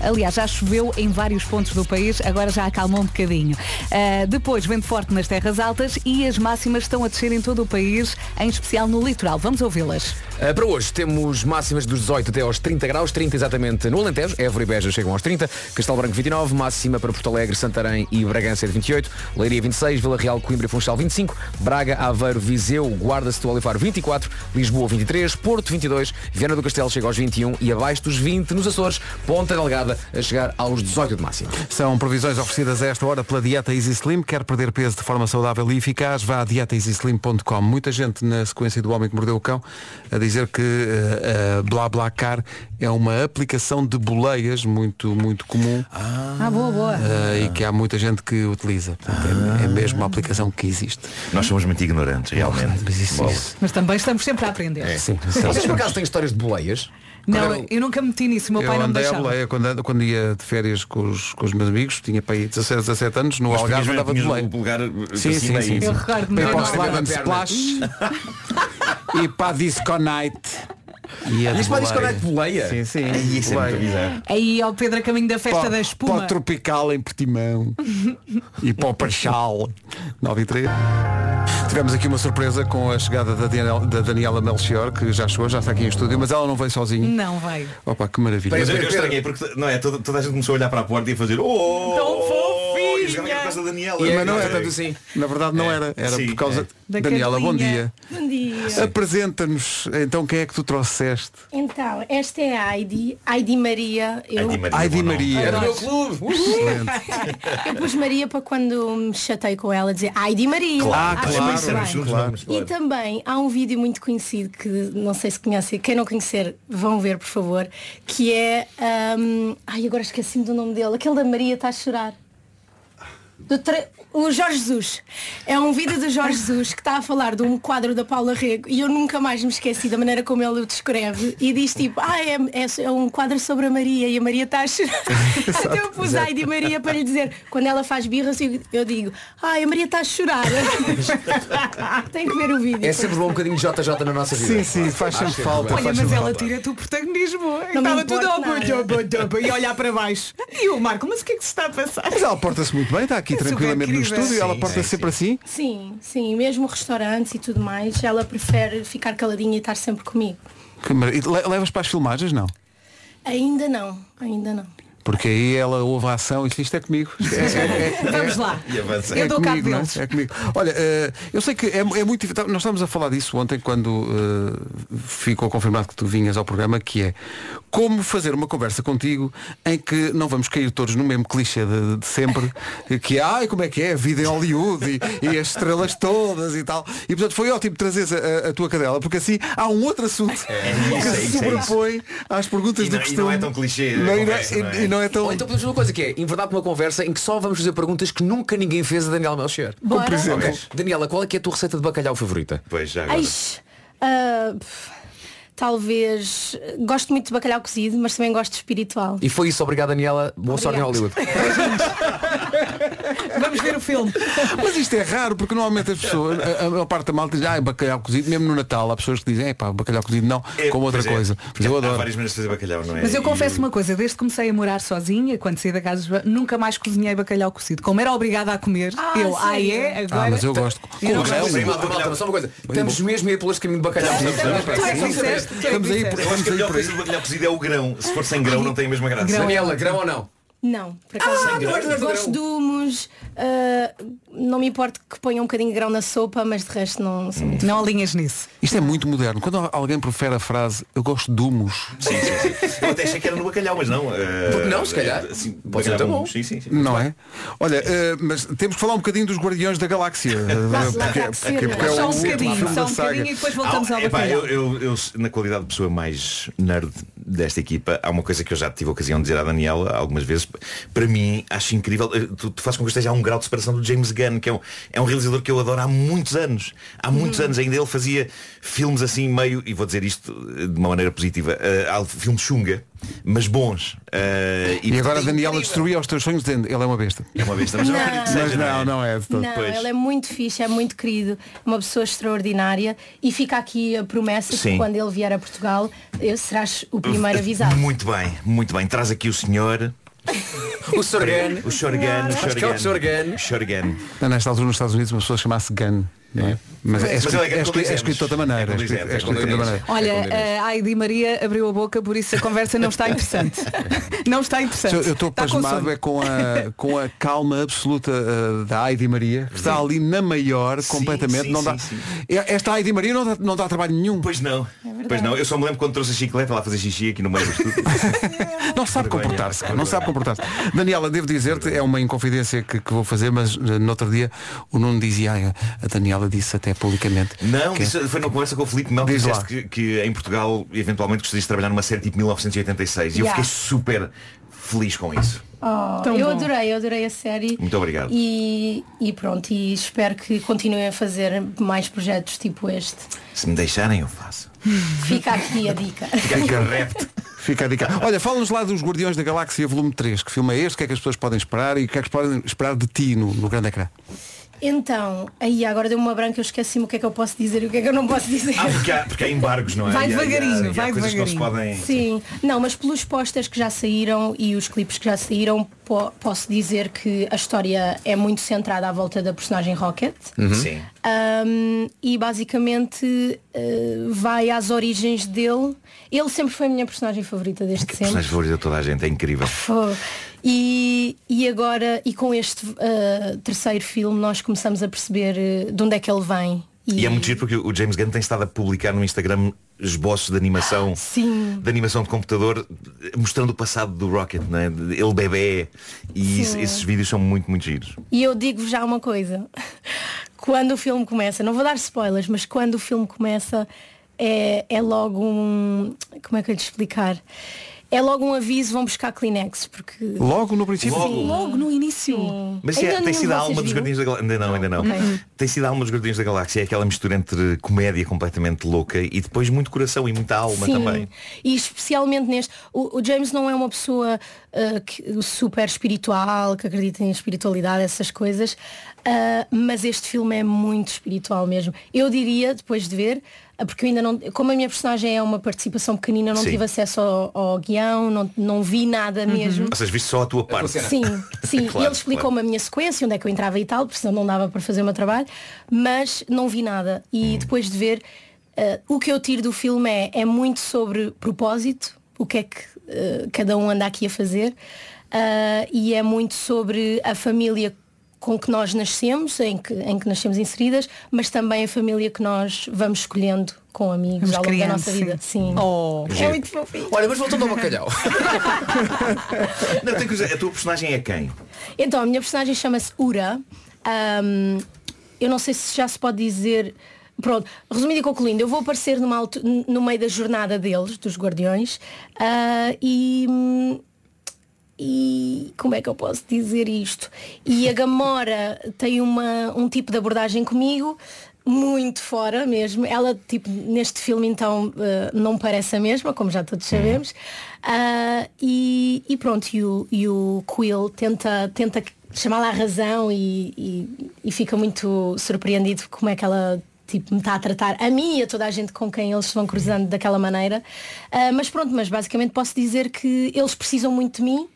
Aliás, já choveu em vários pontos do país, agora já acalmou um bocadinho. Ah, depois, vento forte nas terras altas e as máximas estão a descer em todo o país, em especial no litoral. Vamos ouvi-las.
Uh, para hoje temos máximas dos 18 até aos 30 graus, 30 exatamente no Alentejo, Évora e Beja chegam aos 30, Castelo Branco 29, máxima para Porto Alegre, Santarém e Bragança de 28, Leiria 26, Vila Real, Coimbra e Funchal 25, Braga, Aveiro, Viseu, Guarda, Setúbal e Faro 24, Lisboa 23, Porto 22, Viana do Castelo chega aos 21 e abaixo dos 20 nos Açores, Ponta Delgada a chegar aos 18 de máxima.
São previsões oferecidas a esta hora pela Dieta Easy Slim. Quer perder peso de forma saudável e eficaz? Vá a dietaeasyslim.com. Muita gente interessante na sequência do Homem que Mordeu o Cão, a dizer que eh, a BlaBlaCar é uma aplicação de boleias muito, muito comum
Ah, boa, boa.
eh, e que há muita gente que utiliza. Portanto,
Ah.
é, é mesmo uma aplicação que existe.
Nós somos muito ignorantes, é realmente.
Mas é também estamos sempre a aprender.
É.
Vocês por acaso têm histórias de boleias?
Não, eu, nunca meti nisso, o meu pai
eu
não me
andei à
deixava.
boleia quando, quando ia de férias com os, com os meus amigos, tinha para aí 16, 17 anos, no
Mas
Algarve
tinhas-
andava de
tinhas
boleia.
o polegar, eh,
sim,
assim
sim,
meio-
sim.
Eu recordo-me.
Para
Não,
o
não,
Slam
não,
and
não,
Splash [laughs] e para a Disco Night. E
Isto para a Disco Night de boleia?
Sim, sim.
Ai, isso é muito bizarro.
Aí ao Pedro a caminho da festa
Pó-
da
pó
espuma.
tropical em Portimão e para o Parchal 9 e 3 Tivemos aqui uma surpresa com a chegada da, Daniel, da Daniela Melchior, que já chegou, já está aqui em estúdio, mas ela não veio sozinha.
Não vai.
Opa, que maravilha.
Mas eu, eu estranhei porque não é, toda, toda a gente começou a olhar para a porta e a fazer oh!
Tão
E é jogar na casa da Daniela.
Mas não era, na verdade não era, era
assim. Sim,
por causa
é.
Da
Daniela, bom
Carlinha.
dia.
Bom dia.
Apresenta-nos então quem é que tu trouxeste?
Então, esta é a Heidi, Heidi Maria. Eu...
Heidi Maria, Heidi bom nome. Maria. Ah, Era do meu
clube.
eu pus Maria para quando me chatei com ela dizer Heidi Maria.
Claro,
Acho
claro,
muito bem.
juntos Claro. vamos, claro.
E também há um vídeo muito conhecido que não sei se conhecem, quem não conhecer, vão ver, por favor, que é. hum, Ai, agora esqueci-me do nome dele, aquele da Maria está a chorar. Do tre- O Jorge Jesus. É um vídeo do Jorge Jesus que está a falar de um quadro da Paula Rego e eu nunca mais me esqueci da maneira como ele o descreve e diz tipo, ah, é, é- é um quadro sobre a Maria e a Maria está a chorar. Até eu pus a
exato.
Heidi Maria para lhe dizer, quando ela faz birras, eu- eu digo, ai, a Maria está a chorar. Tem que ver o vídeo.
É sempre bom um bocadinho de JJ na nossa
Sim,
vida.
sim, faz
Acho
sempre
que é
falta,
bom.
faz sempre falta.
Tira-te o protagonismo.
Não me
Estava tudo
importa
ao
nada.
bobo, bobo, bobo, e olhar para baixo. E o Marco, mas o que é que se está a passar?
Mas ela porta-se muito bem, está aqui
É super
tranquilamente no
querida.
estúdio, ela
Sim,
porta-se
sim,
sempre assim.
Sim, sim, mesmo restaurantes e tudo mais, ela prefere ficar caladinha e estar sempre comigo.
Que mara- e le- Levas para as filmagens, não?
Ainda não, ainda não.
Porque aí ela ouve a ação e diz isto é comigo. Isto é- é- é-
Vamos
é-
lá.
é-
Eu
é
dou cabo
comigo, não é?
deles.
É comigo. Olha, eh, eu sei que é, é muito difícil. Nós estávamos a falar disso ontem quando eh, ficou confirmado que tu vinhas ao programa, que é como fazer uma conversa contigo em que não vamos cair todos no mesmo clichê de, de sempre, [laughs] que é, ai, como é que é, a vida em Hollywood e, e as estrelas todas e tal. E portanto foi ótimo trazeres a, a- a tua cadela, porque assim há um outro assunto
É isso,
que
é
se
isso, é
sobrepõe às perguntas
E
do
não- e
costume.
não é tão clichê a
Não, e não-
conversa,
e-
não é?
e não é tão
Ou então podemos fazer uma coisa que é, em verdade, uma conversa em que só vamos fazer perguntas que nunca ninguém fez a Daniela Melchior.
Bora. Como por exemplo?
Ok. Daniela, qual é que é a tua receita de bacalhau favorita?
Pois já
Ai, ah, pff, talvez. Gosto muito de bacalhau cozido, mas também gosto de espiritual.
E foi isso, obrigado Daniela. Boa sorte em Hollywood.
Vamos ver o filme.
Mas isto é raro, porque normalmente as pessoas, a, a maior parte da malta diz, ah, bacalhau cozido, mesmo no Natal, há pessoas que dizem, é pá, bacalhau cozido não,
É,
como outra
pois é.
coisa. Mas eu
Há
adoro.
várias maneiras de fazer bacalhau, não é?
Mas eu
E-
confesso uma coisa, desde que comecei a morar sozinha, quando saí da casa, nunca mais cozinhei bacalhau cozido. Como era obrigada a comer,
Ah,
eu,
sério?
ah é, agora.
Ah, mas eu gosto.
Eu
Com
não
grão,
gosto.
sim, malta, malta, só uma coisa. Estamos mesmo aí pelo este caminho de bacalhau.
Estamos, estamos,
Estamos,
é
estamos.
estamos. Estamos aí por-
Eu acho
estamos
que a
aí
melhor
por aí.
coisa do bacalhau cozido é o grão. Se for sem grão não tem a mesma graça.
Daniela, grão ou não?
Não, por acaso.
Ah, não é grão.
gosto de humus, ah, não me importo que ponha um bocadinho de grão na sopa, mas de resto não
Hum,
sou muito.
Não alinhas nisso.
Isto é muito moderno. Quando alguém profere a frase, eu gosto de humus.
Sim, sim, sim. Eu até achei que era no bacalhau, mas não. eh,
Porque não, se calhar.
eh, Sim,
Pode ser
bacalhau
tão
com-
bom.
Sim, sim, sim.
Não é? Olha, eh, mas temos que falar um bocadinho dos Guardiões da
[laughs]
Galáxia.
Lá- lá
porque,
está que ser,
porque-
não é?
porque é
Só um
o último
bocadinho,
filme
só
da
um
saga.
bocadinho
E depois voltamos
Ah,
ao
epá,
bacalhau.
eu, eu- eu, na qualidade de pessoa mais nerd desta equipa, há uma coisa que eu já tive a ocasião de dizer à Daniela algumas vezes. Para mim, acho incrível. eh, Tu, tu fazes com que eu esteja a um grau de separação do James Gunn, que é um, é um realizador que eu adoro há muitos anos. Há muitos
Uhum.
anos ainda ele fazia filmes assim meio, e vou dizer isto eh, de uma maneira positiva, eh, há filmes chunga, mas bons. Eh,
E agora a
portanto, é
Daniela
incrível.
destruía os teus sonhos dizendo, ele é uma besta.
É uma besta, mas eu acredito que
Mas
seja,
não, não é. de todo.
Não,
Pois.
ele é muito fixe, é muito querido, é uma pessoa extraordinária e fica aqui a promessa
Sim.
que quando ele vier a Portugal, eu serás o primeiro avisado.
Muito bem, muito bem. Traz aqui o senhor.
O Sorgan.
O Sorgan.
Claro. Acho que é o
Sorgan. Sorgan.
Não, Nesta altura nos Estados Unidos uma pessoa chama-se Gun. Não é? Mas é
Mas
escrito,
é que
é escrito- é escrito de outra maneira. É
condizente,
escrito, é
é
escrito de outra
condizente.
maneira.
Olha, eh, a Heidi Maria abriu a boca, por isso a conversa não está interessante. não está interessante.
Eu Então, eu estou
Está com
pasmado
sono.
é com a, com a calma absoluta uh, da Heidi Maria, que está ali na maior completamente.
sim,
não
sim,
dá,
sim.
E- Esta Heidi Maria não dá, não dá trabalho nenhum.
Pois não.
verdade.
Pois não, eu só me lembro quando trouxe a chicleta lá fazer xixi aqui no meio do estudo.
[laughs]
Não sabe comportar-se, não sabe comportar-se. Daniela, devo dizer-te, é uma inconfidência que, que vou fazer, mas eh, no outro dia o Nuno dizia, "Ai, a Daniela nada disso até publicamente.
Não,
Que é-
disse- foi numa conversa com o Filipe Mel que
Diz lá.
disseste que, que em Portugal eventualmente gostarias de trabalhar numa série tipo 1986 e eu
Yeah.
fiquei super feliz com isso.
Tão
eu
bom.
adorei, eu adorei a série.
Muito obrigado.
E, e pronto, e espero que continuem a fazer mais projetos tipo este.
Se me deixarem eu faço.
Fica aqui
[laughs]
a dica.
Fica Fica a dica. Olha, fala-nos lá dos Guardiões da Galáxia Volume 3, que filme é este, o que é que as pessoas podem esperar e o que é que podem esperar de ti no, no grande ecrã.
Então, aí agora deu-me uma branca, eu esqueci-me o que é que eu posso dizer e o que é que eu não posso dizer.
Ah, porque há, porque há embargos, não é?
Vai
E há-
devagarinho,
e há- e há
vai
coisas Que não se podem...
Sim, não, mas pelos posters que já saíram e os clipes que já saíram, po- posso dizer que a história é muito centrada à volta da personagem Rocket.
Sim.
Um, e basicamente uh, vai às origens dele. Ele sempre foi a minha personagem favorita desde sempre.
Personagem favorita de toda a gente, é incrível.
Fogo. E, e agora, e com este uh, terceiro filme, nós começamos a perceber uh, de onde é que ele vem.
E é muito giro porque o James Gunn tem estado a publicar no Instagram esboços de animação
Sim.
de animação de computador mostrando o passado do Rocket, não é? ele bebê e isso-
Sim.
esses vídeos são muito, muito giros.
E eu digo já uma coisa. Quando o filme começa, não vou dar spoilers, mas quando o filme começa é, é logo um. Como é que eu lhe explicar? É logo um aviso, vão buscar Kleenex, porque.
Logo no princípio?
Sim, logo no início.
Mas é, tem sido a alma dos Guardiões da Galáxia. Ainda não, ainda não.
Ok.
Tem sido a alma dos Guardiões da Galáxia, é aquela mistura entre comédia completamente louca e depois muito coração e muita alma
Sim.
também.
E especialmente neste. O, o James não é uma pessoa ah, que- super espiritual, que acredita em espiritualidade, essas coisas, ah, mas este filme é muito espiritual mesmo. Eu diria, depois de ver, ah, porque eu ainda não. Como a minha personagem é uma participação pequenina, eu não
Sim.
tive acesso ao, ao guião, não, não vi nada mesmo.
Ou seja, viste só a
É
tua parte.
Sim,
[laughs]
sim.
Claro,
e ele explicou-me a minha sequência, onde é que eu entrava e tal, porque senão não dava para fazer o meu trabalho, mas não vi nada.
Hum.
E depois de ver, eh, o que eu tiro do filme é, é muito sobre propósito, o que é que eh, cada um anda aqui a fazer, ah, e é muito sobre a família com que nós nascemos, em que, em que nascemos inseridas, mas também a família que nós vamos escolhendo com amigos
Vamos
ao longo da
criando,
nossa
sim.
vida. Sim.
Oh,
Giro.
é muito fofinho.
Olha, mas voltando ao
[laughs]
bacalhau.
Não, tem que dizer, a tua personagem é quem?
Então, a minha personagem chama-se Ura. Ahm, eu não sei se já se pode dizer. Pronto, resumindo e concluindo, eu vou aparecer numa altu- n- no meio da jornada deles, dos Guardiões, ah, e. hum, E como é que eu posso dizer isto? E a Gamora tem uma, um tipo de abordagem comigo, muito fora mesmo. Ela, tipo, neste filme então ah, não parece a mesma, como já todos sabemos. Ah, e, e pronto, e o, e o Quill tenta, tenta chamá-la à razão e, e- e fica muito surpreendido como é que ela tipo, me está a tratar a mim e a toda a gente com quem eles se vão cruzando daquela maneira. Ah, mas pronto, mas basicamente posso dizer que eles precisam muito de mim.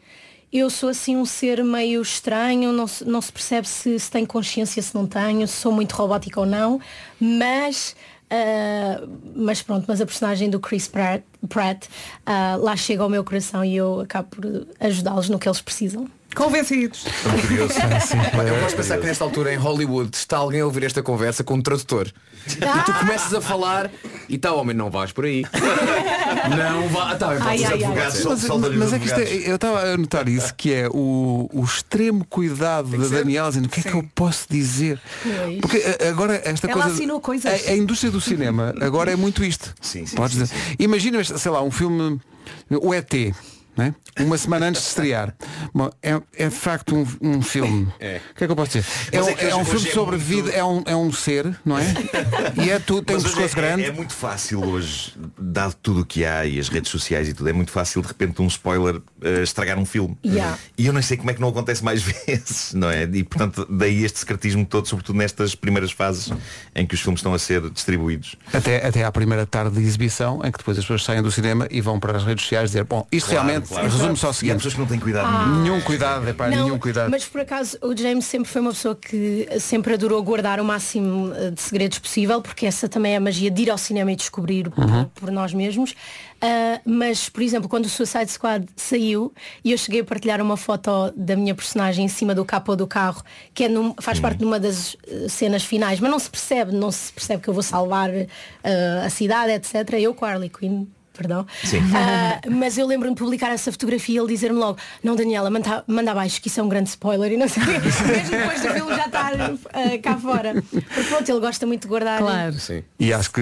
Eu sou assim um ser meio estranho, não se, não se percebe se, se tenho consciência, se não tenho, se sou muito robótica ou não, mas, ah, mas pronto, mas a personagem do Chris Pratt, Pratt, ah, lá chega ao meu coração e eu acabo por ajudá-los no que eles precisam.
Convencidos.
É
Eu gosto de pensar que nesta altura em Hollywood está alguém a ouvir esta conversa com um tradutor. E
Ah!
tu começas a falar e tal, homem, não vais
[laughs]
por aí. Não vá. Tá, bem, pode
Ai,
ser
ai, ai.
advogado,
Mas-
só-
Mas,
só dar-lhe os
mas é que isto é-
advogados.
eu estava a notar isso, que é o, o extremo cuidado da Daniela dizendo o que é que eu posso dizer.
Pois.
Porque a- agora esta
Ela
coisa.
assinou coisas.
A, a indústria do cinema agora é muito isto. Podes dizer. Imagina, sei lá, um filme. O ET. né? Uma semana antes de estrear. Bom, é, é de facto um, um filme.
[laughs] É.
O que é que eu posso dizer? É,
Mas
um,
é que
é
hoje-
um
hoje
filme
é
sobre
muito-
vida, é um, é um ser,
[laughs]
não é? E é tu, tem um
Mas hoje
pescoço
é, é-
grande.
É, muito fácil hoje, dado tudo o que há e as redes sociais e tudo, é muito fácil de repente um spoiler eh, estragar um filme.
Yeah.
E eu não sei como é que não acontece mais [laughs] vezes, não é? E portanto, daí este secretismo todo, sobretudo nestas primeiras fases em que os filmes estão a ser distribuídos.
Até, até à primeira tarde de exibição, em que depois as pessoas saem do cinema e vão para as redes sociais dizer, bom, isto
Claro,
realmente
claro.
resume só o
E há
seguinte.
pessoas que não têm cuidado
Ah.
nenhum. Nenhum cuidado, é pá,
Não,
nenhum cuidado.
Mas por acaso o James sempre foi uma pessoa que sempre adorou guardar o máximo eh, de segredos possível, porque essa também é a magia de ir ao cinema e descobrir por-
Uhum.
por nós mesmos. Ah, mas, por exemplo, quando o Suicide Squad saiu e eu cheguei a partilhar uma foto da minha personagem em cima do capô do carro, que é num- faz parte de uma das eh, cenas finais, mas não se percebe, não se percebe que eu vou salvar eh, a cidade, etc. Eu com a Harley Quinn perdão.
Sim.
Ah, mas eu lembro-me de publicar essa fotografia e ele dizer-me logo, não Daniela, manda, manda abaixo que isso é um grande spoiler e não sei o quê. Mesmo depois do filme já estar ah, cá fora. Porque pronto, ele gosta muito de guardar. Claro.
E acho que,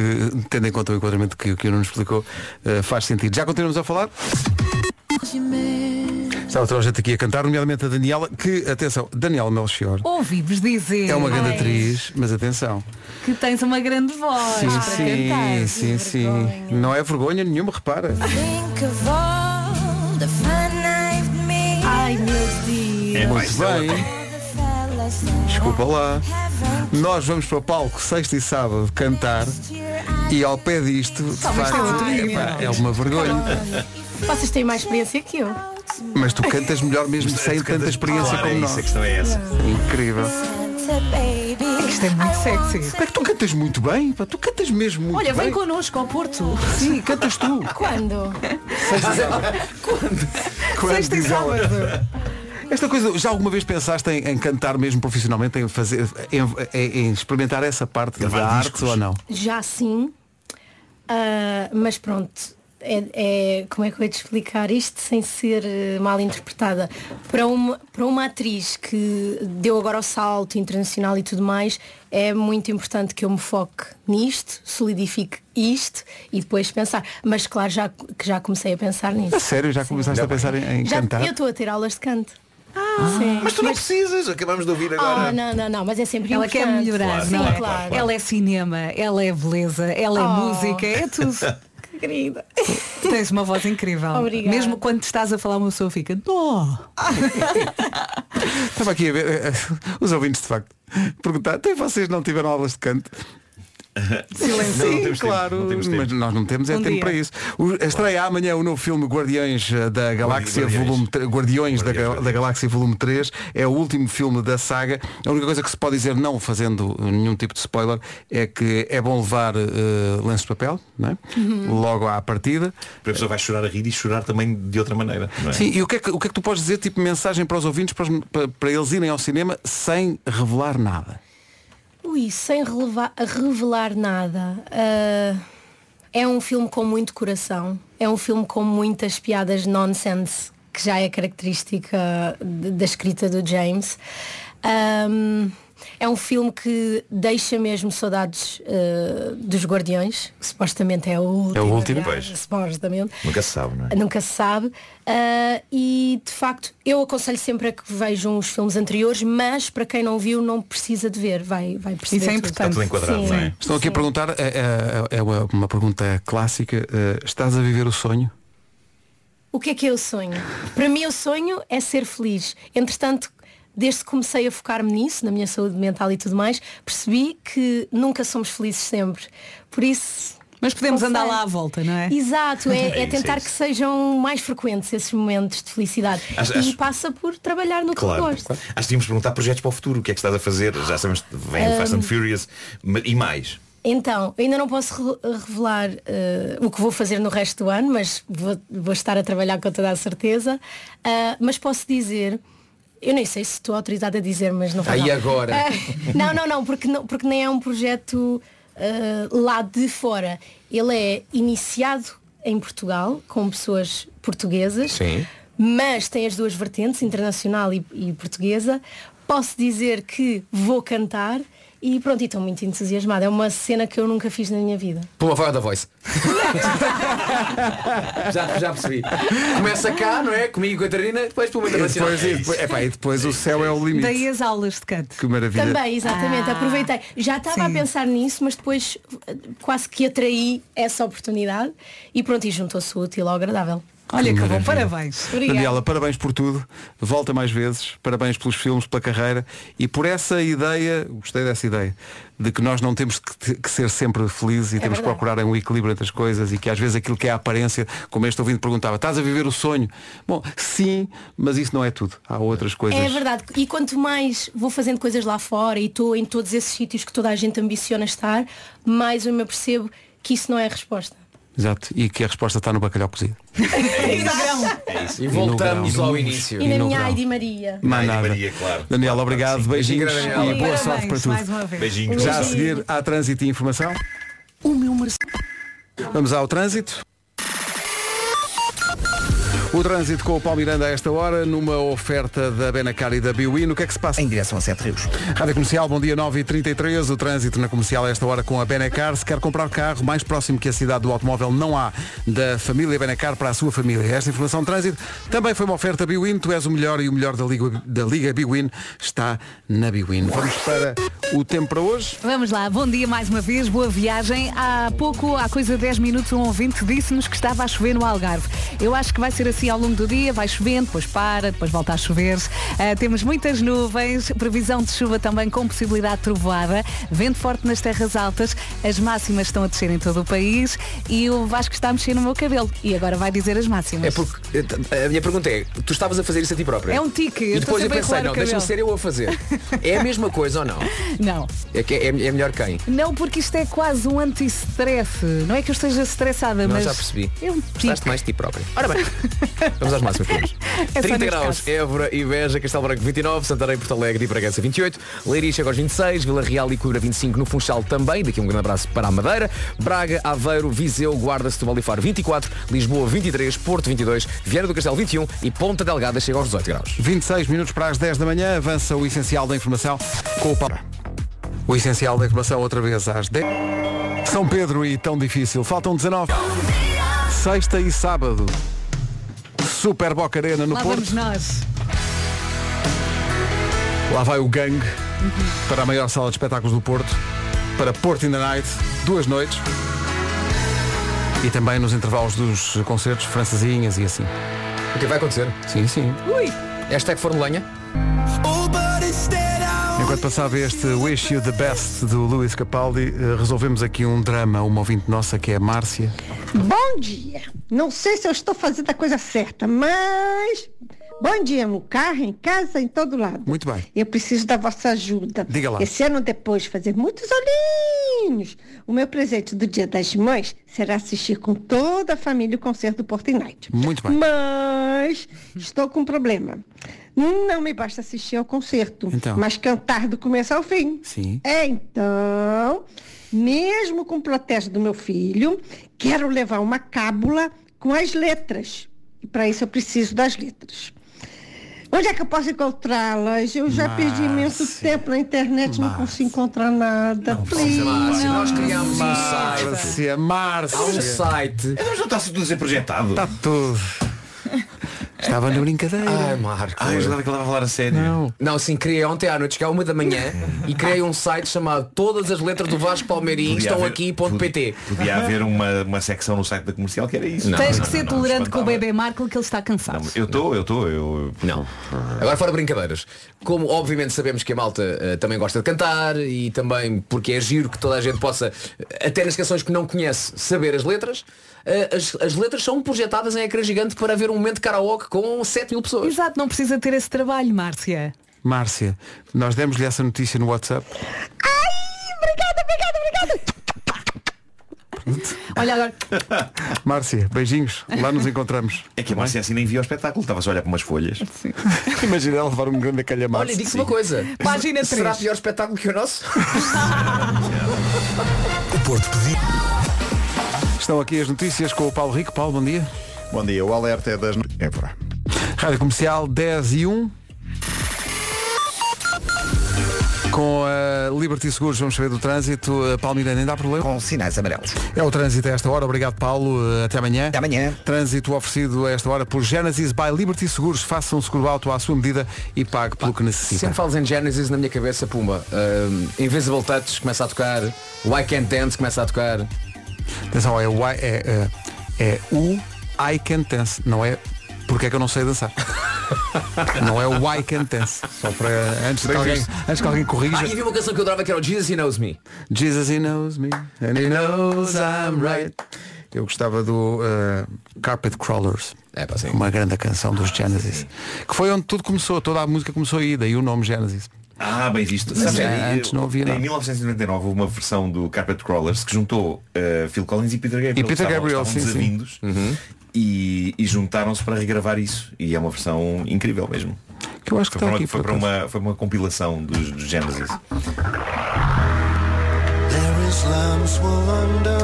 tendo em conta o enquadramento que, que o Nuno explicou, eh, faz sentido. Já continuamos a falar? Estava toda a gente aqui a cantar, nomeadamente a Daniela, que, atenção, Daniela Melchior
Ouvi-vos dizer.
é uma grande
Ai,
atriz, mas atenção.
Que tens uma grande voz
Sim,
para
sim,
cantar.
sim, sim. Não é vergonha nenhuma, repara.
Ai meu Deus.
É
Muito bem. Desculpa lá. Nós vamos para o palco sexta e sábado cantar e ao pé disto, de
Só, mas
facto,
tem outro nível.
epá, é uma vergonha.
Vocês têm mais experiência que eu.
Mas tu cantas melhor mesmo sem tanta experiência
Claro, é
como
isso,
nós.
a questão é essa.
Incrível.
Isto é muito sexy.
Como é que tu cantas muito bem? pá? Tu cantas mesmo muito
Olha,
bem.
vem connosco ao Porto.
Sim, cantas tu.
[laughs] Quando?
Quando
Sexta e
é diz ela.
sábado.
Esta coisa, já alguma vez pensaste em, em cantar mesmo profissionalmente, em, fazer, em, em- em experimentar essa parte da arte ou não?
Já sim. Ah, mas pronto. É, é- como é que eu hei de explicar isto sem ser eh, mal interpretada? Para uma, para uma atriz que deu agora o salto internacional e tudo mais, é muito importante que eu me foque nisto, solidifique isto e depois pensar. Mas claro, já, que já comecei a pensar nisso.
A sério, já começaste a pensar em, em
Já-
cantar?
eu estou a ter aulas de canto.
Ah,
Sim.
Mas tu não precisas, acabamos de ouvir
Ah,
agora.
não, não, não, mas é sempre
Ela
importante.
quer melhorar,
Claro,
não é?
claro, claro, claro.
Ela é cinema, ela é beleza, ela é
Oh.
música, é
[laughs]
tudo.
Querida.
Tu Tens uma voz incrível.
Obrigada.
Mesmo quando estás a falar, uma pessoa fica. Oh.
Estava aqui a ver eh, eh, os ouvintes de facto perguntar, até vocês não tiveram aulas de
[laughs]
canto?
Não, não
Sim,
temos tempo,
claro,
não temos tempo.
mas nós não temos é
Um
tempo
dia.
para isso. O, estreia amanhã o novo filme Guardiões eh, da Galáxia,
Guardiões.
volume tre- Guardiões, da, Ga- da Galáxia volume 3, é o último filme da saga. A única coisa que se pode dizer, não fazendo nenhum tipo de spoiler, é que é bom levar eh, lenço de papel, não é? logo à partida.
Porque a pessoa vai chorar a rir e chorar também de outra maneira. não é?
Sim, e o que, é que, o que é que tu podes dizer, tipo mensagem para os ouvintes, para, os- para- para eles irem ao cinema sem revelar nada?
Ui, sem releva- revelar nada. Ah, é um filme com muito coração. É um filme com muitas piadas nonsense, que já é característica de- da escrita do James. Ahm, é um filme que deixa mesmo saudades ah, dos Guardiões. Supostamente é o último.
último, pois.
Supostamente.
Nunca se sabe, não é?
Nunca se sabe. Ah, e de facto, eu aconselho sempre a que vejam os filmes anteriores, mas para quem não viu, não precisa de ver. Vai, vai perceber.
Isso é
tudo.
importante. Está tudo
enquadrado, não é?
Estão aqui a perguntar, é, é- é uma uma pergunta clássica, eh, estás a viver o sonho?
O que é que é o sonho? Para mim o sonho é ser feliz. Entretanto, desde que comecei a focar-me nisso, na minha saúde mental e tudo mais, percebi que nunca somos felizes sempre. Por isso.
Mas podemos
não
andar
sei.
lá à volta, não é?
[laughs]
Exato, é, é
É isso,
tentar
é
que
isso.
sejam mais frequentes esses momentos de felicidade.
Acho-
e
acho-
passa por trabalhar no que
Claro.
gosto.
Acho que devíamos perguntar projetos para o futuro. O que é que estás a fazer? Já sabemos que vem
Hum.
o Fast and Furious ma- e mais.
Então, eu ainda não posso re- revelar eh, o que vou fazer no resto do ano, mas vou, vou estar a trabalhar com toda a certeza. Ah, mas posso dizer, eu nem sei se estou autorizada a dizer, mas não faz
Aí
mal. [laughs]
agora.
Ah, não, não, não porque, não, porque nem é um projeto ah, lá de fora. Ele é iniciado em Portugal, com pessoas portuguesas,
Sim.
mas tem as duas vertentes, internacional e, e portuguesa. Posso dizer que vou cantar e pronto, e estou muito entusiasmada. É uma cena que eu nunca fiz na minha vida.
Pula vai da voice. [laughs] já, já percebi. Começa cá, não é? Comigo e com a Catarina, depois pula
E
internacional.
depois, e depois, epá, e depois o céu é o
Daí
limite.
as aulas de canto.
Que maravilha.
Também, exatamente,
Ah.
aproveitei. Já estava a
Sim.
pensar nisso, mas depois eh, quase que atraí essa oportunidade e pronto, e juntou-se o útil ao agradável.
Olha que bom,
maravilha.
parabéns.
Obrigada.
Daniela, parabéns por tudo. Volta mais vezes. Parabéns pelos filmes, pela carreira e por essa ideia, gostei dessa ideia, de que nós não temos que, te- que ser sempre felizes e temos que
É verdade.
procurar um equilíbrio entre as coisas e que às vezes aquilo que é a aparência, como este ouvinte perguntava, estás a viver o sonho? Bom, sim, mas isso não é tudo. Há outras coisas.
É verdade. E quanto mais vou fazendo coisas lá fora e estou em todos esses sítios que toda a gente ambiciona estar, mais eu me apercebo que isso não é a resposta.
Exato. E que a resposta está no bacalhau cozido.
E
E no
voltamos
grão.
ao
E
início.
E na
no
minha
grau.
Heidi Maria.
Mais
Ai,
nada.
Maria, claro.
Daniela, obrigado. Beijinhos
Beijinho, Daniela.
e boa sorte
Parabéns,
para
Mais um
tudo.
uma vez.
Beijinhos.
Já a seguir, há trânsito e informação.
O meu Mercedes.
Vamos ao trânsito. O trânsito com o Paulo Miranda a esta hora, numa oferta da Benacar e da Biwin. O que é que se passa?
Em direção a Sete Rios.
Rádio Comercial, bom dia 9h33. O trânsito na comercial a esta hora com a Benacar. Se quer comprar carro mais próximo que a cidade do automóvel, não há da família Benacar para a sua família. Esta informação de trânsito também foi uma oferta Biwin. Tu és o melhor e o melhor da Liga, da Liga Biwin está na Biwin. Vamos para o tempo para hoje.
Vamos lá, bom dia mais uma vez, boa viagem. Há pouco, há coisa de 10 minutos, um ouvinte disse-nos que estava a chover no Algarve. Eu acho que vai ser assim ao longo do dia, vai chovendo, depois para, depois volta a chover. Ah, temos muitas nuvens, previsão de chuva também com possibilidade de trovoada, vento forte nas terras altas, as máximas estão a descer em todo o país e o Vasco está a mexer no meu cabelo. E agora vai dizer as máximas.
É porque eh, a minha pergunta é, tu estavas a fazer isso a ti própria?
É um tique, eu
E
estou
depois eu
sempre a
pensei,
enrolar o
não, deixa-me
cabelo.
ser eu a fazer. É a mesma coisa ou não?
Não.
É, que é, é melhor quem?
Não, porque isto é quase um anti-stress. Não é que eu esteja estressada,
não,
mas.
já percebi. tipo
É um
Gostaste
tique.
mais de ti própria. Ora bem, [laughs] vamos às máximas. Pedro.
É só
30
neste
graus, Évora e Beja, Castelo Branco 29, Santarém, Porto Alegre e Bragança 28, Leiria chega aos 26, Vila Real e Coimbra 25 no Funchal também, daqui um grande abraço para a Madeira, Braga, Aveiro, Viseu, Guarda, Setúbal e Faro 24, Lisboa 23, Porto 22, Vieira do Castelo 21 e Ponta Delgada chega aos 18 graus.
26 minutos para as 10 da manhã, avança o essencial da informação com o Paulo. O essencial da informação outra vez às 10. São Pedro e tão difícil. Faltam 19. Sexta e sábado. Super Boca Arena no
Lá
Porto.
vamos nós.
Lá vai o gangue para a maior sala de espetáculos do Porto, para Porto in the Night, duas noites. E também nos intervalos dos concertos, francesinhas e assim.
O que vai acontecer? é
Sim, sim.
Ui! Hashtag Formulenha.
Enquanto passava este Wish You the Best do Luís Capaldi, eh, resolvemos aqui um drama, uma ouvinte nossa que é a Márcia.
Bom dia. Não sei se eu estou fazendo a coisa certa, mas bom dia no carro, em casa, em todo lado.
Muito bem.
Eu preciso da vossa ajuda.
Diga lá.
Esse ano depois de fazer muitos olhinhos, o meu presente do Dia das Mães será assistir com toda a família o concerto do Porto in Night.
Muito bem.
Mas estou com um problema. Não me basta assistir ao concerto,
Então.
mas cantar do começo ao fim. É,
Sim.
Então, mesmo com o protesto do meu filho, quero levar uma cábula com as letras. E para isso eu preciso das letras. Onde é que eu posso encontrá-las? Eu já perdi imenso tempo na internet, não consigo encontrar nada. Please.
Márcia, nós criámos um site.
Márcia, Márcia.
Há um site.
Mas não Então está tudo a ser projetado.
Está tudo. Estava na brincadeira.
Ai, Marco.
Ah, eu jurava que ela vai falar a sério.
Não.
Não, sim, criei ontem à noite, cheguei à uma da manhã e criei um site chamado Todas as Letras do Vasco Palmeirim
Podia
estão
haver-
aqui.pt.
Podia haver uma, uma secção no site da comercial que era isso.
Tens que ser tolerante com o bebê Marco que ele está cansado.
Eu estou, eu estou, eu.
Não. Agora fora brincadeiras. Como obviamente sabemos que a malta eh, também gosta de cantar e também porque é giro que toda a gente possa, eh, até nas canções que não conhece, saber as letras, eh, as, as letras são projetadas em ecrã gigante para haver um momento de karaoke com 7 mil pessoas.
Exato, não precisa ter esse trabalho, Márcia.
Márcia, nós demos-lhe essa notícia no WhatsApp.
Obrigada, obrigada, obrigada.
Olha
[laughs]
agora.
Márcia, beijinhos. Lá nos encontramos.
É que a Márcia assim nem via o espetáculo, estava-se a olhar para umas folhas.
[laughs] Imagina ela levar um grande acalhamaço.
Olha, digo-te uma coisa.
Página
Será
3.
pior espetáculo que o nosso?
O Porto pediu.
Estão aqui as notícias com o Paulo Rico. Paulo, bom dia.
Bom dia, o alerta é das... Évora.
Rádio Comercial 10 e 1. Com a Liberty Seguros vamos saber do trânsito. A Palmeirana ainda há problema?
Com sinais amarelos.
É o trânsito a esta hora. Obrigado, Paulo. Até amanhã. Até
amanhã.
Trânsito oferecido a esta hora por Genesis by Liberty Seguros. Faça um seguro auto à sua medida e pague pelo que necessita.
Sempre falas em Genesis na minha cabeça, pumba. Um, Invisible Touch começa a tocar. Why Can't Dance começa a tocar.
Atenção, é, o I- é, é, é o I can dance, não é porque é que eu não sei dançar. [laughs] não é o I can dance. Só para antes que
Bem
alguém,
visto.
antes que alguém corrija.
Ah, e havia uma canção que eu adorava que era o Jesus He Knows Me.
Jesus he knows me and he knows I'm right. Eu gostava do eh, Carpet Crawlers.
É, pá, sim.
Uma grande canção dos Genesis. Que foi onde tudo começou, toda a música começou aí, daí o nome Genesis.
Ah, bem visto.
Mas
Sabes,
é,
eu-
antes não havia nada.
Em 1999 houve uma versão do Carpet Crawlers que juntou eh, Phil Collins e Peter Gabriel.
E Peter Gabriel,
estavam
sim, Uhum. sim.
desavindos E, e juntaram-se para regravar isso. E é uma versão incrível mesmo.
Que eu acho que
foi,
está
para uma,
aqui,
foi,
por
para uma, foi uma compilação dos, dos Genesis.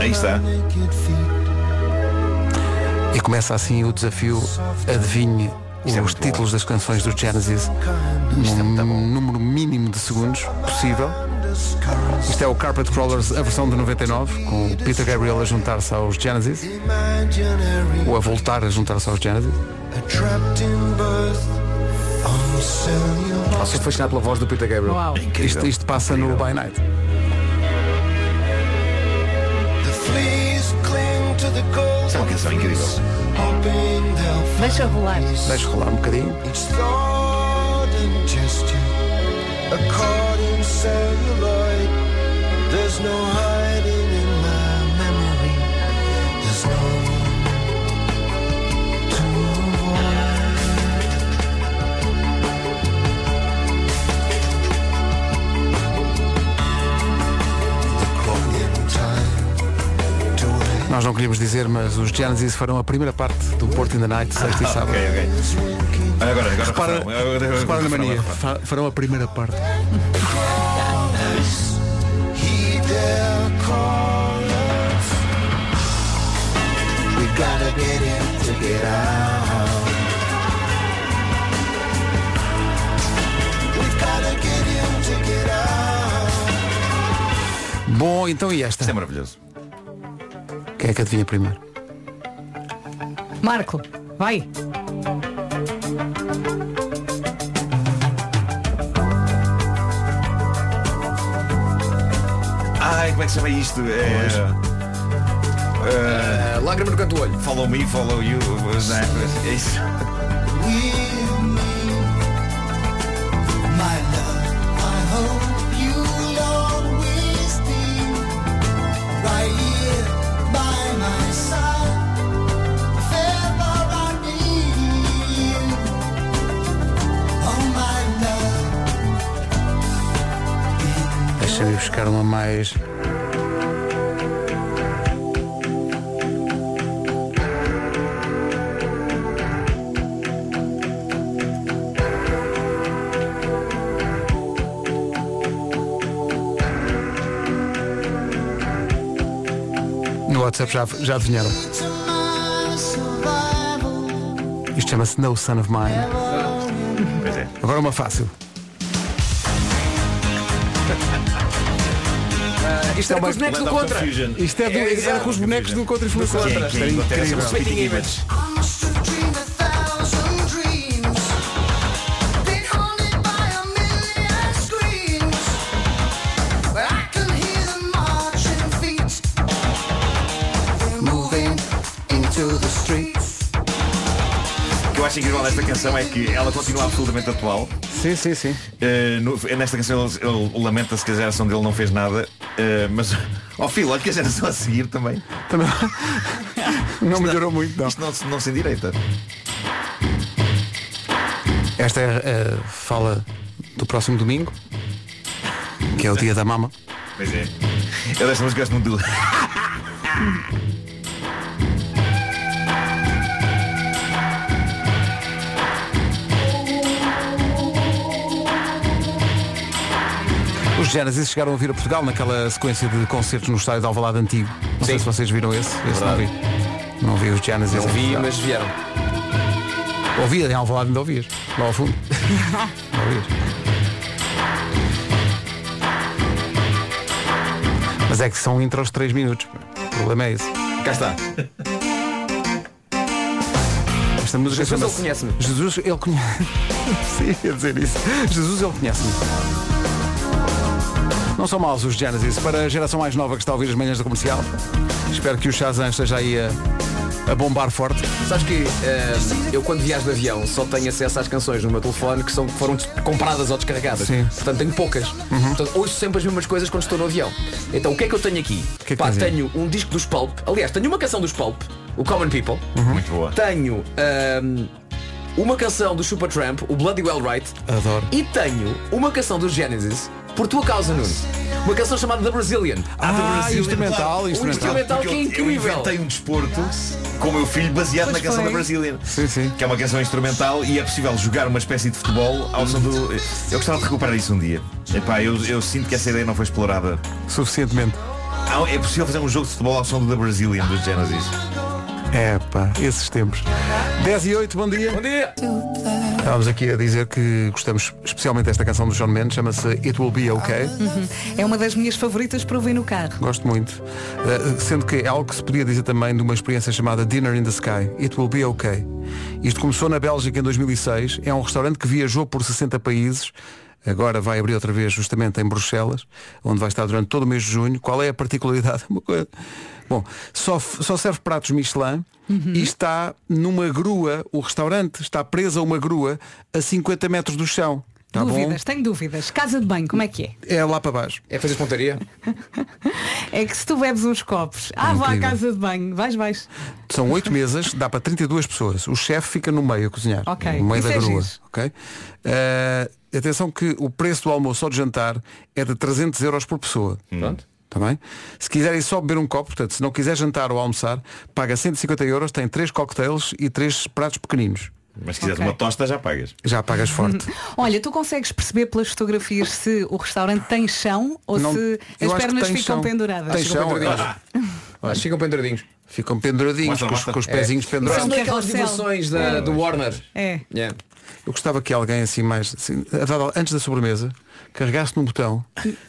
Aí está.
E começa assim o desafio Adivinhe os títulos das canções do Genesis num número mínimo de segundos possível. Isto é o Carpet Crawlers, a versão de 99, com o Peter Gabriel a juntar-se aos Genesis, ou a voltar a juntar-se aos Genesis.
Sou fascinado pela voz do Peter Gabriel.
Uau. Isto, isto passa no By Night.
Isso é uma canção incrível.
Deixa rolar.
Deixa rolar um bocadinho. Nós não queríamos dizer, mas os Genesis farão a primeira parte do Porto in the Night, sexta e sábado.
Ok, ok. Agora, agora.
Repara,
refrão. Agora, agora,
repara na
refrão,
mania.
agora,
Fa- Farão a primeira parte. Bom, então e esta? Isto é
maravilhoso.
Quem é que adivinha primeiro?
Marco, vai.
Ai, como é que se chama isto? É...
Eh,
Uh,
Lágrima no canto do olho.
Follow me, follow you. Não, é isso.
Deixa-me buscar uma mais. No WhatsApp já, já adivinharam. Isto chama-se No Son of Mine.
Pois é.
Agora uma fácil.
isto é
uma-
com os bonecos do contra.
Isto é do- era com os bonecos do contra informação.
Do Contra.
Isto era incrível.
O que eu acho incrível nesta canção é que ela continua absolutamente atual.
Sim, sim, sim.
Eh, no- nesta canção ele, ele lamenta-se que a geração dele não fez nada. eh, mas, [laughs] ó filho, olha que a geração a seguir também.
Não melhorou muito, não.
Isto não, se- não se endireita.
Esta é a fala do próximo domingo, que é o dia da mama.
Pois é. Eu desta música gosto muito do.
Os Genesis chegaram a vir a Portugal naquela sequência de concertos no estádio de Alvalade Antigo. Não sei se vocês viram esse. Esse não
Verdade.
vi. Não vi os Genesis.
Não
em
vi,
Portugal.
mas vieram.
Ouvia, em Alvalade ainda ouvias. Lá ao
[laughs]
fundo. Lá ouvias. Mas é que são intros de 3 minutos. O problema é esse.
Cá está.
Esta música
Jesus, ele
chama-se-
conhece-me.
Jesus, ele conhece. [laughs] Sim, ia dizer isso. Jesus, ele conhece-me. Não são maus os Genesis. Para a geração mais nova que está a ouvir as manhãs da comercial, espero que o Shazam esteja aí a, a bombar forte.
Sabes que eh, eu quando viajo de avião só tenho acesso às canções no meu telefone que são, que foram des- compradas ou descarregadas.
Sim. Uhum.
Portanto tenho poucas. Portanto, ouço sempre as mesmas coisas quando estou no avião. Então o que é que eu tenho aqui?
que é que
Pá,
tens aí?
tenho um disco dos Pulp. Aliás, tenho uma canção dos Pulp, o Common People.
Uhum.
Muito boa.
Tenho ahm, uma canção do Supertramp, o Bloody Well Right.
Adoro.
E tenho uma canção do Genesis, por tua causa, Nuno. Uma canção chamada The Brazilian.
Ah,
The
instrumental,
Um
instrumental.
instrumental que
Porque
é
eu- Eu
incrível.
inventei um desporto com o meu filho baseado
Pois
na canção
foi.
da Brasília.
Sim, sim.
Que é uma canção instrumental e é possível jogar uma espécie de futebol ao som do. Eu gostava de recuperar isso um dia. Epá, eu, eu sinto que essa ideia não foi explorada. Ah,
Suficientemente.
um Há- É possível fazer um jogo de futebol ao som do da Brasília dos Genesis.
Epá, esses tempos. 10 e 8, bom dia. Bom
dia.
Estávamos aqui a dizer que gostamos especialmente desta canção do John Mendes, chama-se It Will Be Okay.
Uhum. É uma das minhas favoritas para ouvir no carro.
Gosto muito. Uh, sendo que é algo que se podia dizer também de uma experiência chamada Dinner in the Sky. It will be okay. Isto começou na Bélgica em 2006. É um restaurante que viajou por 60 países. Agora vai abrir outra vez justamente em Bruxelas, onde vai estar durante todo o mês de junho. Qual é a particularidade? [laughs] Uma coisa- Bom, só, f- só serve pratos Michelin e está numa grua, o restaurante está preso a uma grua a 50 metros do chão. Está Tá bom?
dúvidas, tenho dúvidas. Casa de banho, como é que é?
É lá para baixo.
É fazer pontaria?
É que se tu bebes uns copos, ah,
É
vá à
incrível.
casa de banho, vais, vais.
São oito mesas, dá para 32 pessoas. O chefe fica no meio a cozinhar.
Ok.
No meio
Isso
da
é
grua.
giro.
ok? Eh, atenção que o preço do almoço ou de jantar é de 300 euros por pessoa.
Hum.
Pronto.
Tá bem? Se quiserem só beber um copo, portanto, se não quiser jantar ou almoçar, paga 150 euros, tem três cocktails e três pratos pequeninos.
Mas se quiseres
Ok.
uma tosta já pagas.
Já pagas forte.
Olha, tu consegues perceber pelas fotografias se o restaurante tem chão [laughs] ou
Não-
se
eu acho
as
que
pernas
tem
ficam
chão.
penduradas.
Tem chão,
penduradinhos.
Olha,
ficam penduradinhos.
Ficam penduradinhos,
Mostra,
com, os-
mostra.
com os
É.
pezinhos pendurados.
São
Carrossel.
daquelas divulgações da- do Warner.
É.
Yeah.
Eu gostava que alguém assim mais, assim, a dada- antes da sobremesa, carregasse num botão,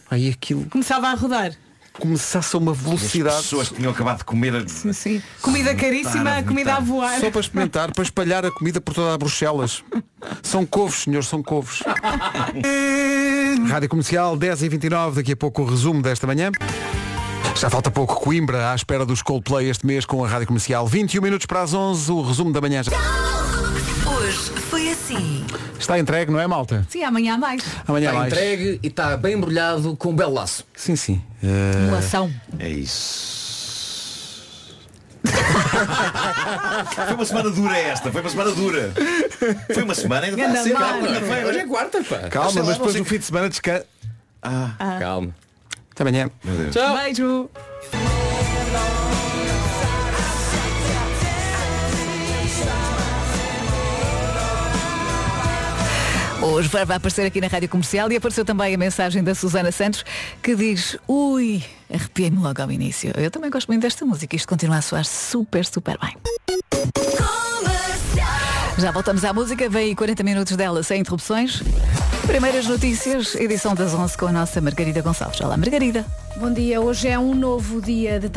aí aquilo
Começava a rodar.
começasse a uma
As
velocidade.
pessoas que tinham acabado de comer. a-
Sim, sim. Comida caríssima,
vomitar.
comida a voar.
Só Ah, para experimentar, para espalhar a comida por toda a Bruxelas. São couves, senhores, são couves. Rádio Comercial 10 e 29 daqui a pouco o resumo desta manhã. Já falta pouco Coimbra à espera dos Coldplay este mês com a Rádio Comercial. 21 minutos para as 11, o resumo da manhã já
Hoje foi assim.
está entregue, não é malta?
Sim, amanhã há mais.
Amanhã
está
mais.
entregue e está bem embrulhado com um belo laço.
Sim, sim.
Uma ação.
É isso. [laughs] Foi uma semana dura esta, foi uma semana dura. Foi uma semana ainda está a
Ganda
ser
Marco.
calma, foi.
Hoje é quarta, pá.
Calma,
Sei lá,
mas
não
depois
sei
no fim de semana descansa.
Ah.
Calma.
Até amanhã.
Tchau.
Beijo. Hoje vai vai aparecer aqui na Rádio Comercial e apareceu também a mensagem da Susana Santos que diz, ui, arrepiei-me logo ao início. Eu também gosto muito desta música, isto continua a soar super, super bem. Já voltamos à música, vem aí 40 minutos dela sem interrupções. Primeiras notícias, edição das 11 com a nossa Margarida Gonçalves. Olá, Margarida.
Bom dia, hoje é um novo dia de trabalho.